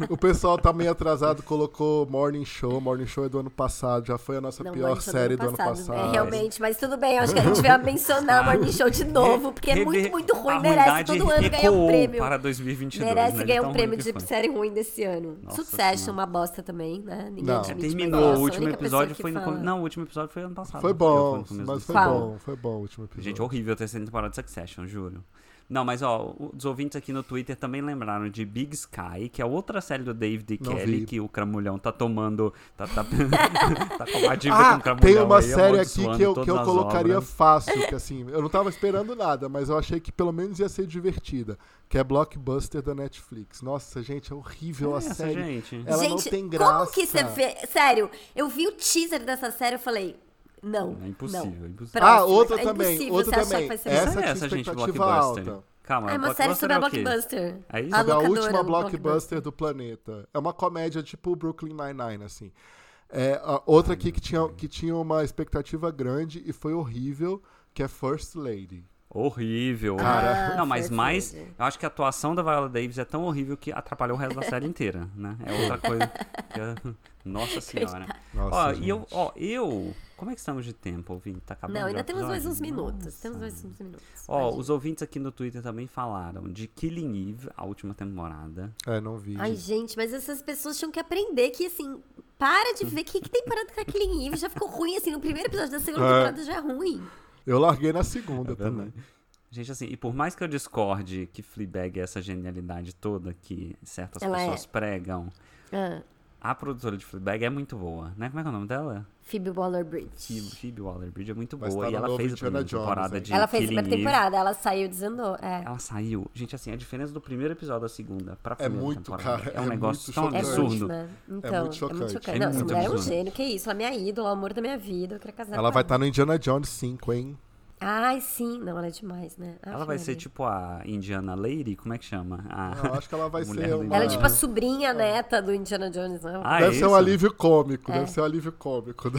[SPEAKER 2] O pessoal tá meio atrasado, colocou Morning Show. Morning Show é do ano passado, já foi a nossa
[SPEAKER 1] Não, é
[SPEAKER 2] pior
[SPEAKER 1] Morning Show
[SPEAKER 2] série do ano passado.
[SPEAKER 1] É, realmente, mas tudo bem. eu Acho que a gente vai mencionar Morning Show de novo, porque é muito,
[SPEAKER 3] Rever-
[SPEAKER 1] muito ruim.
[SPEAKER 3] a
[SPEAKER 1] Merece
[SPEAKER 3] ruindade
[SPEAKER 1] todo ano ganhar um
[SPEAKER 3] recuou
[SPEAKER 1] prêmio.
[SPEAKER 3] Para 2022, né?
[SPEAKER 1] Merece
[SPEAKER 3] De
[SPEAKER 1] ganhar
[SPEAKER 3] tão
[SPEAKER 1] um
[SPEAKER 3] ruim
[SPEAKER 1] prêmio
[SPEAKER 3] que
[SPEAKER 1] de
[SPEAKER 3] foi.
[SPEAKER 1] série ruim desse ano.
[SPEAKER 3] Nossa
[SPEAKER 1] Succession,
[SPEAKER 3] Senhora.
[SPEAKER 1] uma bosta também, né? Ninguém
[SPEAKER 2] Não.
[SPEAKER 1] admite, mas eu
[SPEAKER 3] Terminou, o
[SPEAKER 1] sou a
[SPEAKER 3] último
[SPEAKER 1] única pessoa
[SPEAKER 3] episódio
[SPEAKER 1] que
[SPEAKER 3] foi no.
[SPEAKER 1] fala.
[SPEAKER 3] com- Não, o último episódio foi ano passado.
[SPEAKER 2] Foi
[SPEAKER 3] não um eu,
[SPEAKER 2] bom,
[SPEAKER 3] no começo
[SPEAKER 2] mas
[SPEAKER 3] do
[SPEAKER 2] foi
[SPEAKER 1] Qual?
[SPEAKER 2] bom, foi bom o último episódio.
[SPEAKER 3] Gente, horrível a terceira temporada de Succession, juro. Não, mas ó, os ouvintes aqui no Twitter também lembraram de Big Sky, que é outra série do David e
[SPEAKER 2] Não
[SPEAKER 3] Kelly,
[SPEAKER 2] vi.
[SPEAKER 3] que o Cramulhão tá tomando. Tá, tá, tá com uma dívida com
[SPEAKER 2] Ah,
[SPEAKER 3] o Cramulhão.
[SPEAKER 2] tem uma
[SPEAKER 3] aí, é
[SPEAKER 2] série aqui
[SPEAKER 3] amaldiçoando
[SPEAKER 2] que eu, que
[SPEAKER 3] todas
[SPEAKER 2] eu
[SPEAKER 3] as
[SPEAKER 2] colocaria
[SPEAKER 3] obras.
[SPEAKER 2] fácil, que assim, eu não tava esperando nada, mas eu achei que pelo menos ia ser divertida, que é Blockbuster da Netflix. Nossa, gente, é horrível a
[SPEAKER 3] Essa,
[SPEAKER 2] série.
[SPEAKER 3] gente.
[SPEAKER 2] Ela não
[SPEAKER 1] Gente,
[SPEAKER 2] tem
[SPEAKER 1] como
[SPEAKER 2] graça.
[SPEAKER 1] que você vê? Sério, eu vi o teaser dessa série e falei, não.
[SPEAKER 3] É impossível,
[SPEAKER 1] não.
[SPEAKER 3] é
[SPEAKER 1] Próxima.
[SPEAKER 3] impossível.
[SPEAKER 2] Ah, outra
[SPEAKER 1] É
[SPEAKER 2] também,
[SPEAKER 1] impossível
[SPEAKER 2] outra
[SPEAKER 1] você achar
[SPEAKER 2] também.
[SPEAKER 1] que vai ser
[SPEAKER 2] Essa
[SPEAKER 1] melhor.
[SPEAKER 2] é
[SPEAKER 3] Série
[SPEAKER 2] tinha
[SPEAKER 3] é essa, gente,
[SPEAKER 2] expectativa
[SPEAKER 3] Blockbuster.
[SPEAKER 2] alta.
[SPEAKER 3] Calma,
[SPEAKER 1] Ah, é uma série
[SPEAKER 3] Blockbuster
[SPEAKER 1] sobre a
[SPEAKER 3] é o quê?
[SPEAKER 1] Blockbuster.
[SPEAKER 3] É isso?
[SPEAKER 1] A
[SPEAKER 2] Sobre a
[SPEAKER 1] locadora do
[SPEAKER 2] última blockbuster do planeta. É uma comédia tipo Brooklyn Nine-Nine, assim. É, a outra aqui que tinha, que tinha uma expectativa grande e foi horrível, que é First Lady.
[SPEAKER 3] Horrível.
[SPEAKER 2] Ah, Cara.
[SPEAKER 3] horrível. não, mas
[SPEAKER 1] First
[SPEAKER 3] mais.
[SPEAKER 1] Lady.
[SPEAKER 3] Eu acho que a atuação da Viola Davis é tão horrível que atrapalhou o resto da série inteira, né? É outra coisa. que eu- Nossa senhora.
[SPEAKER 2] Nossa,
[SPEAKER 3] ó,
[SPEAKER 2] gente.
[SPEAKER 3] e eu, ó, eu. Como é que estamos de tempo, ouvinte? Tá acabando?
[SPEAKER 1] Não, ainda
[SPEAKER 3] o
[SPEAKER 1] temos mais
[SPEAKER 3] episódio?
[SPEAKER 1] uns minutos.
[SPEAKER 3] Nossa.
[SPEAKER 1] Temos mais uns minutos.
[SPEAKER 3] Ó,
[SPEAKER 1] Imagina.
[SPEAKER 3] os ouvintes aqui no Twitter também falaram de Killing Eve, a última temporada.
[SPEAKER 2] É, não vi.
[SPEAKER 1] Ai, gente, mas essas pessoas tinham que aprender que, assim, para de ver o que, que tem parado com aquele nível. Já ficou ruim, assim, no primeiro episódio da segunda
[SPEAKER 2] É.
[SPEAKER 3] Ah.
[SPEAKER 1] temporada já é ruim.
[SPEAKER 2] Eu larguei na segunda
[SPEAKER 3] É
[SPEAKER 2] também.
[SPEAKER 3] Gente, assim, e por mais que eu discorde que Fleabag é essa genialidade toda que certas
[SPEAKER 1] Ela é.
[SPEAKER 3] pessoas pregam,
[SPEAKER 1] Ah,
[SPEAKER 3] a produtora de Fleabag é muito boa, né? Como é que é o nome dela?
[SPEAKER 1] Phoebe Waller-Bridge.
[SPEAKER 3] Phoebe, Phoebe Waller-Bridge é muito
[SPEAKER 2] Vai
[SPEAKER 3] boa
[SPEAKER 2] estar
[SPEAKER 3] e
[SPEAKER 2] tá na
[SPEAKER 3] ela
[SPEAKER 2] nova
[SPEAKER 3] fez a
[SPEAKER 2] Indiana
[SPEAKER 3] primeira
[SPEAKER 2] Jones, né?
[SPEAKER 3] temporada
[SPEAKER 2] hein?
[SPEAKER 3] de
[SPEAKER 1] Ela fez a
[SPEAKER 3] Killing
[SPEAKER 1] primeira
[SPEAKER 3] Eve.
[SPEAKER 1] temporada, ela saiu e desandou. É.
[SPEAKER 3] Ela saiu. Gente, assim, a diferença do primeiro episódio da segunda pra
[SPEAKER 2] É
[SPEAKER 3] primeira
[SPEAKER 2] muito,
[SPEAKER 3] temporada
[SPEAKER 2] cara,
[SPEAKER 3] é um
[SPEAKER 2] é
[SPEAKER 3] negócio
[SPEAKER 2] muito
[SPEAKER 3] tão
[SPEAKER 1] É
[SPEAKER 2] chocante.
[SPEAKER 3] absurdo.
[SPEAKER 1] muito, né? Então, é muito chocante. Não,
[SPEAKER 2] É
[SPEAKER 1] essa
[SPEAKER 3] muito
[SPEAKER 1] mulher é um
[SPEAKER 3] absurdo. tá-
[SPEAKER 1] gênio, que isso? A minha ídola, o amor da minha vida, eu quero casar
[SPEAKER 2] Ela
[SPEAKER 1] com
[SPEAKER 2] vai estar no Indiana Jones 5, hein?
[SPEAKER 1] Ai, sim. Não, ela é demais, né?
[SPEAKER 3] Ela
[SPEAKER 1] Aff,
[SPEAKER 3] vai ser
[SPEAKER 1] Maria.
[SPEAKER 3] tipo a Indiana Lady? Como é que chama? A...
[SPEAKER 2] Eu acho que ela vai
[SPEAKER 3] Mulher
[SPEAKER 2] ser
[SPEAKER 3] do
[SPEAKER 2] uma...
[SPEAKER 1] Ah. Ela é tipo a
[SPEAKER 3] Ah.
[SPEAKER 1] sobrinha neta do Indiana Jones, não?
[SPEAKER 3] Ah,
[SPEAKER 2] Deve
[SPEAKER 3] é
[SPEAKER 2] ser um
[SPEAKER 3] isso?
[SPEAKER 2] alívio cômico,
[SPEAKER 1] É.
[SPEAKER 2] deve ser um alívio cômico.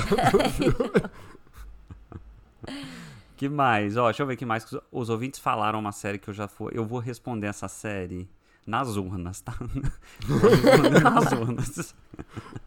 [SPEAKER 3] Que mais? Ó, deixa eu ver que mais que os- os ouvintes falaram uma série que eu já fui. Eu vou responder essa série nas urnas, tá? Vou responder nas urnas.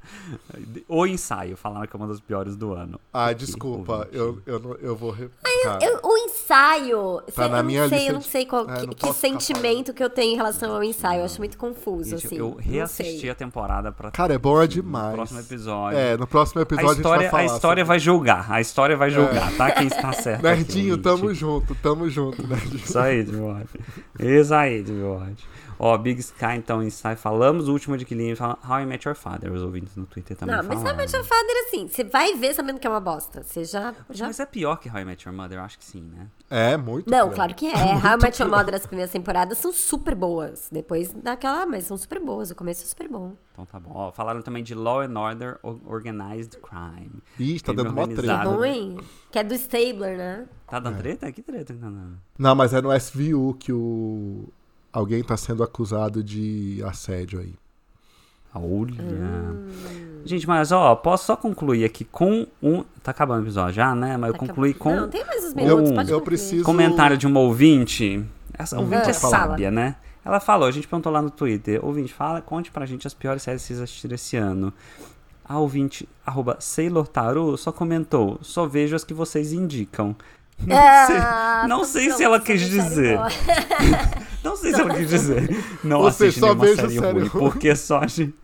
[SPEAKER 3] o ensaio, falaram que é uma das piores do ano.
[SPEAKER 2] ah,
[SPEAKER 3] Aqui,
[SPEAKER 2] desculpa,
[SPEAKER 3] ouvinte.
[SPEAKER 2] eu, eu, não, eu vou... Re... Tá. Cara,
[SPEAKER 1] Eu- o ensaio, sei-
[SPEAKER 2] na
[SPEAKER 1] eu
[SPEAKER 2] minha
[SPEAKER 1] não sei,
[SPEAKER 2] lista
[SPEAKER 1] eu não
[SPEAKER 2] de-
[SPEAKER 1] sei qual
[SPEAKER 2] É,
[SPEAKER 1] que,
[SPEAKER 2] não
[SPEAKER 1] que
[SPEAKER 2] posso ficar
[SPEAKER 1] sentimento que eu tenho em relação ao ensaio, eu acho muito confuso
[SPEAKER 3] Gente,
[SPEAKER 1] assim.
[SPEAKER 3] eu
[SPEAKER 1] não
[SPEAKER 3] reassisti
[SPEAKER 1] sei.
[SPEAKER 3] a temporada pra.
[SPEAKER 2] Cara, é boa
[SPEAKER 3] No
[SPEAKER 2] demais.
[SPEAKER 3] próximo episódio.
[SPEAKER 2] É, no próximo
[SPEAKER 3] A
[SPEAKER 2] episódio a,
[SPEAKER 3] história,
[SPEAKER 2] gente vai falar.
[SPEAKER 3] a história vai julgar. A história vai julgar, tá? Quem está certo.
[SPEAKER 2] sobre- Nerdinho,
[SPEAKER 3] aqui,
[SPEAKER 2] tamo
[SPEAKER 3] ouvinte.
[SPEAKER 2] junto, tamo junto, Nerdinho.
[SPEAKER 3] Isso aí, Duarte. Isso aí, Duarte. Ó, Big Sky, então, Inside. Falamos o último de Killing Eve, fala- How I Met Your Father, os ouvintes no Twitter também
[SPEAKER 1] Não, mas How I
[SPEAKER 3] falaram.
[SPEAKER 1] Met Your Father, assim, você vai ver sabendo que é uma bosta. Você já. já...
[SPEAKER 3] Mas é pior que How I Met Your Mother, eu acho que sim, né?
[SPEAKER 2] É, muito
[SPEAKER 1] Não,
[SPEAKER 2] pior.
[SPEAKER 1] claro que é. How I Met Your Mother, as primeiras temporadas são super boas. Depois daquela, ah, mas são super boas. O começo é super bom.
[SPEAKER 3] Então tá bom. Ó, falaram também de Law and Order O- Organized Crime.
[SPEAKER 2] Ih, tá
[SPEAKER 3] Crime
[SPEAKER 2] dando mó
[SPEAKER 1] É
[SPEAKER 2] treta.
[SPEAKER 3] organizado. né?
[SPEAKER 1] bom, hein? Que é do Stabler, né?
[SPEAKER 3] Tá dando
[SPEAKER 2] É.
[SPEAKER 3] treta? Que treta que tá dando?
[SPEAKER 2] Não, mas é no SVU que o... alguém tá sendo acusado de assédio aí.
[SPEAKER 3] Olha.
[SPEAKER 1] Hum.
[SPEAKER 3] Gente, mas ó, posso só concluir aqui com um. Tá acabando o episódio já, né? Mas eu concluí com
[SPEAKER 1] Tá
[SPEAKER 3] um.
[SPEAKER 1] Não, tem mais uns
[SPEAKER 2] Eu,
[SPEAKER 1] minutos, pode
[SPEAKER 2] eu
[SPEAKER 1] concluir.
[SPEAKER 2] preciso.
[SPEAKER 3] comentário de uma ouvinte. Essa ouvinte é
[SPEAKER 1] Vai, Hum. fala.
[SPEAKER 3] sábia, né? Ela falou, a gente perguntou lá no Twitter. Ouvinte, fala, conte pra gente as piores séries que vocês assistiram esse ano. A ouvinte, arroba Sailor Taru, só comentou, só vejo as que vocês indicam. Não sei,
[SPEAKER 1] Ah,
[SPEAKER 3] não
[SPEAKER 1] tô
[SPEAKER 3] sei
[SPEAKER 1] pronta
[SPEAKER 3] se ela
[SPEAKER 1] pra
[SPEAKER 3] quis
[SPEAKER 1] deixar ele
[SPEAKER 3] dizer.
[SPEAKER 1] embora.
[SPEAKER 3] Não sei se ela quis dizer. Não
[SPEAKER 2] Você
[SPEAKER 3] assiste
[SPEAKER 2] só
[SPEAKER 3] nenhuma
[SPEAKER 2] veja
[SPEAKER 3] série
[SPEAKER 2] série
[SPEAKER 3] ruim,
[SPEAKER 2] ruim.
[SPEAKER 3] porque só a gente...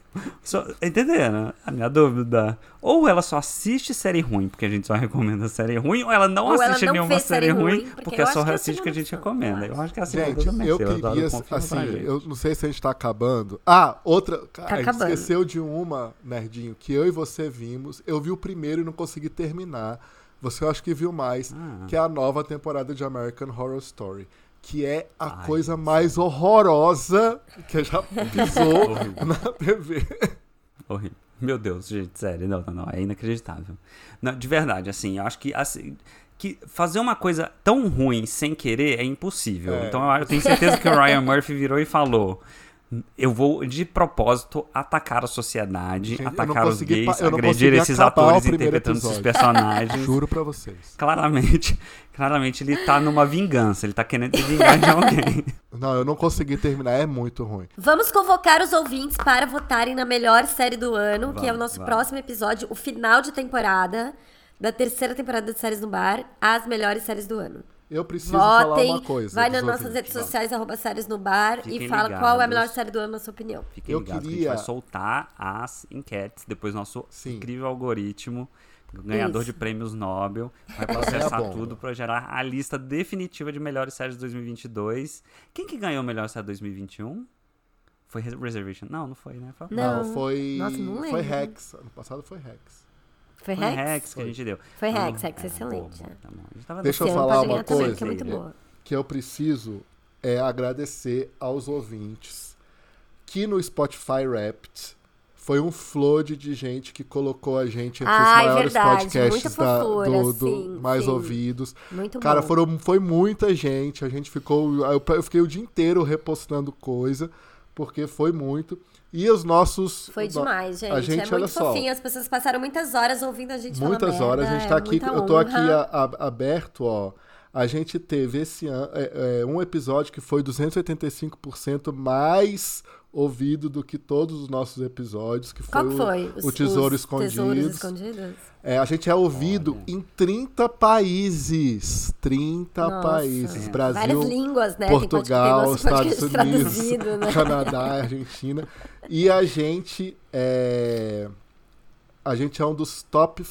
[SPEAKER 3] Só, entendendo? A minha dúvida. Ou ela só assiste série ruim, porque a gente só recomenda série ruim, ou ela não
[SPEAKER 1] Ou ela
[SPEAKER 3] assiste
[SPEAKER 1] não
[SPEAKER 3] nenhuma
[SPEAKER 1] vê
[SPEAKER 3] série
[SPEAKER 1] série
[SPEAKER 3] ruim,
[SPEAKER 1] ruim, porque
[SPEAKER 3] porque
[SPEAKER 1] eu
[SPEAKER 3] só
[SPEAKER 1] acho que é a
[SPEAKER 3] assiste o que a
[SPEAKER 1] segunda
[SPEAKER 3] gente
[SPEAKER 1] opção,
[SPEAKER 3] recomenda.
[SPEAKER 1] eu
[SPEAKER 3] Eu acho que é a segunda
[SPEAKER 2] Gente,
[SPEAKER 3] também.
[SPEAKER 2] eu
[SPEAKER 3] Taylor, adoro
[SPEAKER 2] queria.
[SPEAKER 3] confirmar,
[SPEAKER 2] Assim,
[SPEAKER 3] gente.
[SPEAKER 2] eu não sei se a gente tá acabando. Ah, outra. cara, a gente
[SPEAKER 1] Tá acabando.
[SPEAKER 2] esqueceu de uma, Nerdinho, que eu e você vimos. Eu vi o primeiro e não consegui terminar. Você eu acho que viu mais,
[SPEAKER 1] Ah.
[SPEAKER 2] que é a nova temporada de American Horror Story. Que é a
[SPEAKER 3] Ai,
[SPEAKER 2] coisa mais horrorosa que já pisou
[SPEAKER 3] Horrível.
[SPEAKER 2] na TV.
[SPEAKER 3] Horrível. Meu Deus, gente, sério, não, não, não, é inacreditável. Não, de verdade, assim, eu acho que, assim, que fazer uma coisa tão ruim sem querer é impossível.
[SPEAKER 2] É.
[SPEAKER 3] Então eu, eu tenho certeza que o Ryan Murphy virou e falou: eu vou de propósito atacar a sociedade,
[SPEAKER 2] Gente, eu não
[SPEAKER 3] atacar os
[SPEAKER 2] consegui
[SPEAKER 3] gays,
[SPEAKER 2] pa- eu não
[SPEAKER 3] agredir
[SPEAKER 2] consegui
[SPEAKER 3] esses
[SPEAKER 2] acabar o
[SPEAKER 3] atores
[SPEAKER 2] primeiro
[SPEAKER 3] interpretando esses
[SPEAKER 2] episódio."
[SPEAKER 3] personagens.
[SPEAKER 2] Juro pra vocês.
[SPEAKER 3] claramente, claramente ele tá numa vingança, ele tá querendo se vingar de alguém.
[SPEAKER 2] Não, eu não consegui terminar. É muito ruim.
[SPEAKER 1] Vamos convocar os ouvintes para votarem na melhor série do ano, que é o
[SPEAKER 3] Vamos,
[SPEAKER 1] nosso
[SPEAKER 3] vamos.
[SPEAKER 1] próximo episódio, o final de temporada da terceira temporada de Séries no Bar, as melhores séries do ano.
[SPEAKER 2] Eu preciso falar
[SPEAKER 1] Votem,
[SPEAKER 2] uma coisa.
[SPEAKER 1] vai
[SPEAKER 2] dos
[SPEAKER 1] nas nossas
[SPEAKER 2] ouvintes.
[SPEAKER 1] redes sociais, arroba séries no bar,
[SPEAKER 3] Fiquem
[SPEAKER 1] e fala qual é a
[SPEAKER 3] ligados.
[SPEAKER 1] melhor série do ano, na sua opinião.
[SPEAKER 3] Fiquem
[SPEAKER 2] Eu
[SPEAKER 3] ligados que a
[SPEAKER 2] queria-
[SPEAKER 3] gente vai soltar as enquetes, depois nosso
[SPEAKER 2] Sim.
[SPEAKER 3] incrível algoritmo, ganhador
[SPEAKER 1] Isso.
[SPEAKER 3] de prêmios Nobel, vai
[SPEAKER 2] Vai ganhar
[SPEAKER 3] processar
[SPEAKER 2] bomba.
[SPEAKER 3] tudo para gerar a lista definitiva de melhores séries de 2022. Quem que ganhou a melhor série de 2021? Foi Res- Reservation? Não, não foi, né? Foi,
[SPEAKER 2] Não,
[SPEAKER 1] Não.
[SPEAKER 2] foi.
[SPEAKER 1] Nossa, não
[SPEAKER 2] foi
[SPEAKER 1] lembro.
[SPEAKER 2] Rex. Ano passado foi Rex.
[SPEAKER 1] Foi
[SPEAKER 3] foi
[SPEAKER 1] Rex?
[SPEAKER 3] Rex que a gente deu.
[SPEAKER 1] Foi
[SPEAKER 3] Não,
[SPEAKER 1] Rex, Rex,
[SPEAKER 3] é,
[SPEAKER 1] excelente,
[SPEAKER 3] boa,
[SPEAKER 1] é.
[SPEAKER 3] tá bom. A gente tava
[SPEAKER 2] Deixa eu
[SPEAKER 1] Esse
[SPEAKER 3] dando-
[SPEAKER 1] ano
[SPEAKER 2] falar
[SPEAKER 1] pode
[SPEAKER 2] uma
[SPEAKER 1] ganhar também, que
[SPEAKER 2] coisa.
[SPEAKER 1] é muito boa.
[SPEAKER 2] que eu preciso é agradecer aos ouvintes que no Spotify Wrapped foi um flood de gente que colocou a gente entre
[SPEAKER 1] Ai,
[SPEAKER 2] os maiores
[SPEAKER 1] verdade,
[SPEAKER 2] podcasts
[SPEAKER 1] muita
[SPEAKER 2] da-
[SPEAKER 1] fofura,
[SPEAKER 2] do, do
[SPEAKER 1] sim,
[SPEAKER 2] mais
[SPEAKER 1] sim.
[SPEAKER 2] ouvidos.
[SPEAKER 1] Muito
[SPEAKER 2] Cara,
[SPEAKER 1] bom.
[SPEAKER 2] foram, foi muita gente. A gente ficou. Eu, eu fiquei o dia inteiro repostando coisa, porque foi muito. E os nossos.
[SPEAKER 1] Foi
[SPEAKER 2] no-
[SPEAKER 1] demais, gente.
[SPEAKER 2] A gente,
[SPEAKER 1] é
[SPEAKER 2] olha
[SPEAKER 1] muito
[SPEAKER 2] só.
[SPEAKER 1] fofinho. As pessoas passaram muitas horas ouvindo a gente falar
[SPEAKER 2] Muitas
[SPEAKER 1] merda,
[SPEAKER 2] horas, a gente
[SPEAKER 1] é
[SPEAKER 2] tá aqui,
[SPEAKER 1] muita
[SPEAKER 2] eu tô aqui
[SPEAKER 1] honra.
[SPEAKER 2] a- a- aberto, ó. A gente teve esse ano um episódio que foi 285% mais ouvido do que todos os nossos episódios, que foi,
[SPEAKER 1] Qual que
[SPEAKER 2] o-
[SPEAKER 1] foi?
[SPEAKER 2] o, Tesouro
[SPEAKER 1] os
[SPEAKER 2] Escondido.
[SPEAKER 1] Tesouros Escondidos?
[SPEAKER 2] É, a gente é ouvido em 30 países. 30
[SPEAKER 1] Nossa.
[SPEAKER 2] países.
[SPEAKER 3] É.
[SPEAKER 2] Tá Brasil,
[SPEAKER 1] Várias línguas, né?
[SPEAKER 2] Portugal,
[SPEAKER 1] tem podcast,
[SPEAKER 2] Estados
[SPEAKER 1] tem nosso podcast
[SPEAKER 2] Unidos,
[SPEAKER 1] traduzido, né?
[SPEAKER 2] Canadá, Argentina. E a gente é. A gente é um dos top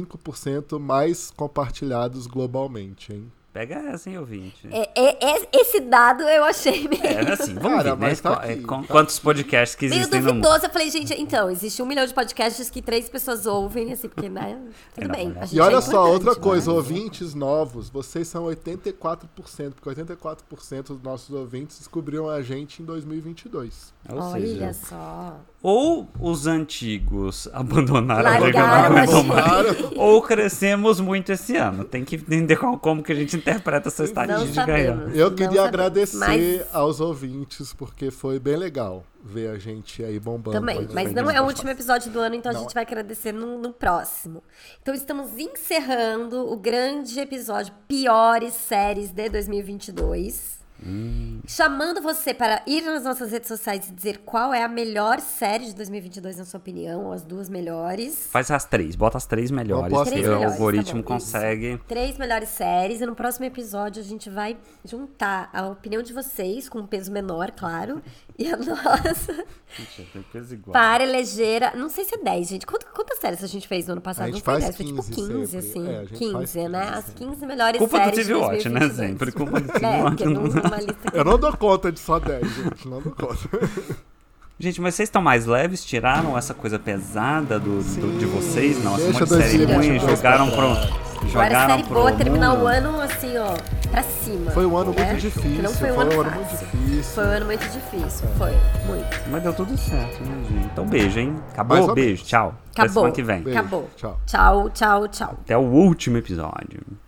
[SPEAKER 2] 5% mais compartilhados globalmente, hein?
[SPEAKER 3] Pega essa, hein, ouvinte.
[SPEAKER 1] É, é- é- esse dado eu achei meio,
[SPEAKER 3] É, assim, vamos
[SPEAKER 2] Cara,
[SPEAKER 3] ver, né?
[SPEAKER 2] mas tá
[SPEAKER 3] Qu-
[SPEAKER 2] aqui,
[SPEAKER 3] é, com-
[SPEAKER 2] tá
[SPEAKER 3] Quantos podcasts que
[SPEAKER 1] meio
[SPEAKER 3] existem no mundo.
[SPEAKER 1] duvidoso. Eu falei, gente, então, existe um milhão de podcasts que três pessoas ouvem, assim, porque, né? Tudo
[SPEAKER 3] É, não,
[SPEAKER 1] bem.
[SPEAKER 3] né?
[SPEAKER 1] a gente
[SPEAKER 2] E
[SPEAKER 1] é
[SPEAKER 2] olha só,
[SPEAKER 1] importante,
[SPEAKER 2] outra
[SPEAKER 1] né?
[SPEAKER 2] coisa, ouvintes novos, vocês são 84%, porque 84% dos nossos ouvintes descobriram a gente em 2022.
[SPEAKER 3] Ou seja,
[SPEAKER 1] Olha só.
[SPEAKER 3] ou os antigos abandonaram a
[SPEAKER 1] Largaram
[SPEAKER 3] Liga não
[SPEAKER 1] a
[SPEAKER 3] aguentam
[SPEAKER 1] gente.
[SPEAKER 3] mais, ou crescemos muito esse ano. Tem que entender qual- como que a gente interpreta essa estatística de ganhar.
[SPEAKER 1] sabemos.
[SPEAKER 2] Eu
[SPEAKER 1] Não
[SPEAKER 2] queria
[SPEAKER 1] sabemos,
[SPEAKER 2] agradecer
[SPEAKER 1] mas-
[SPEAKER 2] aos ouvintes, porque foi bem legal ver a gente aí bombando.
[SPEAKER 1] Também,
[SPEAKER 2] Foi
[SPEAKER 1] mas
[SPEAKER 2] bem
[SPEAKER 1] não é o
[SPEAKER 2] legal.
[SPEAKER 1] último episódio do ano, então
[SPEAKER 2] Não
[SPEAKER 1] a
[SPEAKER 2] é.
[SPEAKER 1] gente vai agradecer no, no próximo. Então estamos encerrando o grande episódio Piores Séries de 2022.
[SPEAKER 2] Hum.
[SPEAKER 1] Chamando você para ir nas nossas redes sociais e dizer qual é a melhor série de 2022 na sua opinião, ou as duas melhores.
[SPEAKER 3] Faz as três, bota as três melhores.
[SPEAKER 2] posso-
[SPEAKER 3] que
[SPEAKER 2] Três
[SPEAKER 3] o
[SPEAKER 1] melhores, tá
[SPEAKER 3] algoritmo
[SPEAKER 1] bom, isso.
[SPEAKER 3] consegue.
[SPEAKER 1] Três melhores séries e no próximo episódio a gente vai juntar a opinião de vocês, com um peso menor, claro, e a nossa para eleger. a- Não sei se é 10, gente. Quantas, quantas séries a gente fez no ano passado?
[SPEAKER 2] A gente
[SPEAKER 1] não foi
[SPEAKER 2] faz
[SPEAKER 1] 10, foi tipo
[SPEAKER 2] 15
[SPEAKER 1] 15,
[SPEAKER 2] sempre.
[SPEAKER 1] assim.
[SPEAKER 2] É, a gente
[SPEAKER 1] 15,
[SPEAKER 2] faz
[SPEAKER 1] né?
[SPEAKER 2] 15
[SPEAKER 1] As 15 melhores
[SPEAKER 3] Culpa do
[SPEAKER 1] séries. de
[SPEAKER 3] TV Watch, né?
[SPEAKER 1] 2022.
[SPEAKER 3] Sempre culpa do TV
[SPEAKER 1] É,
[SPEAKER 3] Watch. né?
[SPEAKER 1] porque não,
[SPEAKER 3] não-
[SPEAKER 1] numa lista que
[SPEAKER 2] Eu não dou conta de só 10, gente. Não dou conta.
[SPEAKER 3] Gente, mas vocês estão mais leves? Tiraram essa coisa pesada do, do-
[SPEAKER 2] Sim,
[SPEAKER 3] de vocês? Nossa, um
[SPEAKER 2] deixa
[SPEAKER 3] monte de série
[SPEAKER 2] 2022
[SPEAKER 3] ruim,
[SPEAKER 2] pra
[SPEAKER 3] jogaram pro.
[SPEAKER 2] trás.
[SPEAKER 1] Agora a
[SPEAKER 3] Jogaram
[SPEAKER 1] série
[SPEAKER 3] pro
[SPEAKER 1] boa terminar
[SPEAKER 3] mundo.
[SPEAKER 1] o ano assim, ó, pra cima.
[SPEAKER 2] Foi um ano
[SPEAKER 1] né?
[SPEAKER 2] muito difícil.
[SPEAKER 1] Não foi um ano fácil.
[SPEAKER 2] muito difícil.
[SPEAKER 1] Foi um ano muito difícil. Foi, muito.
[SPEAKER 3] Mas deu tudo certo, né, gente? Então beijo, hein?
[SPEAKER 2] Mais
[SPEAKER 3] Acabou?
[SPEAKER 2] ou
[SPEAKER 3] Beijo, tchau. Até
[SPEAKER 1] Acabou.
[SPEAKER 3] semana que vem.
[SPEAKER 2] Beijo,
[SPEAKER 1] Acabou.
[SPEAKER 2] tchau.
[SPEAKER 1] Tchau, tchau, tchau.
[SPEAKER 3] Até o último episódio.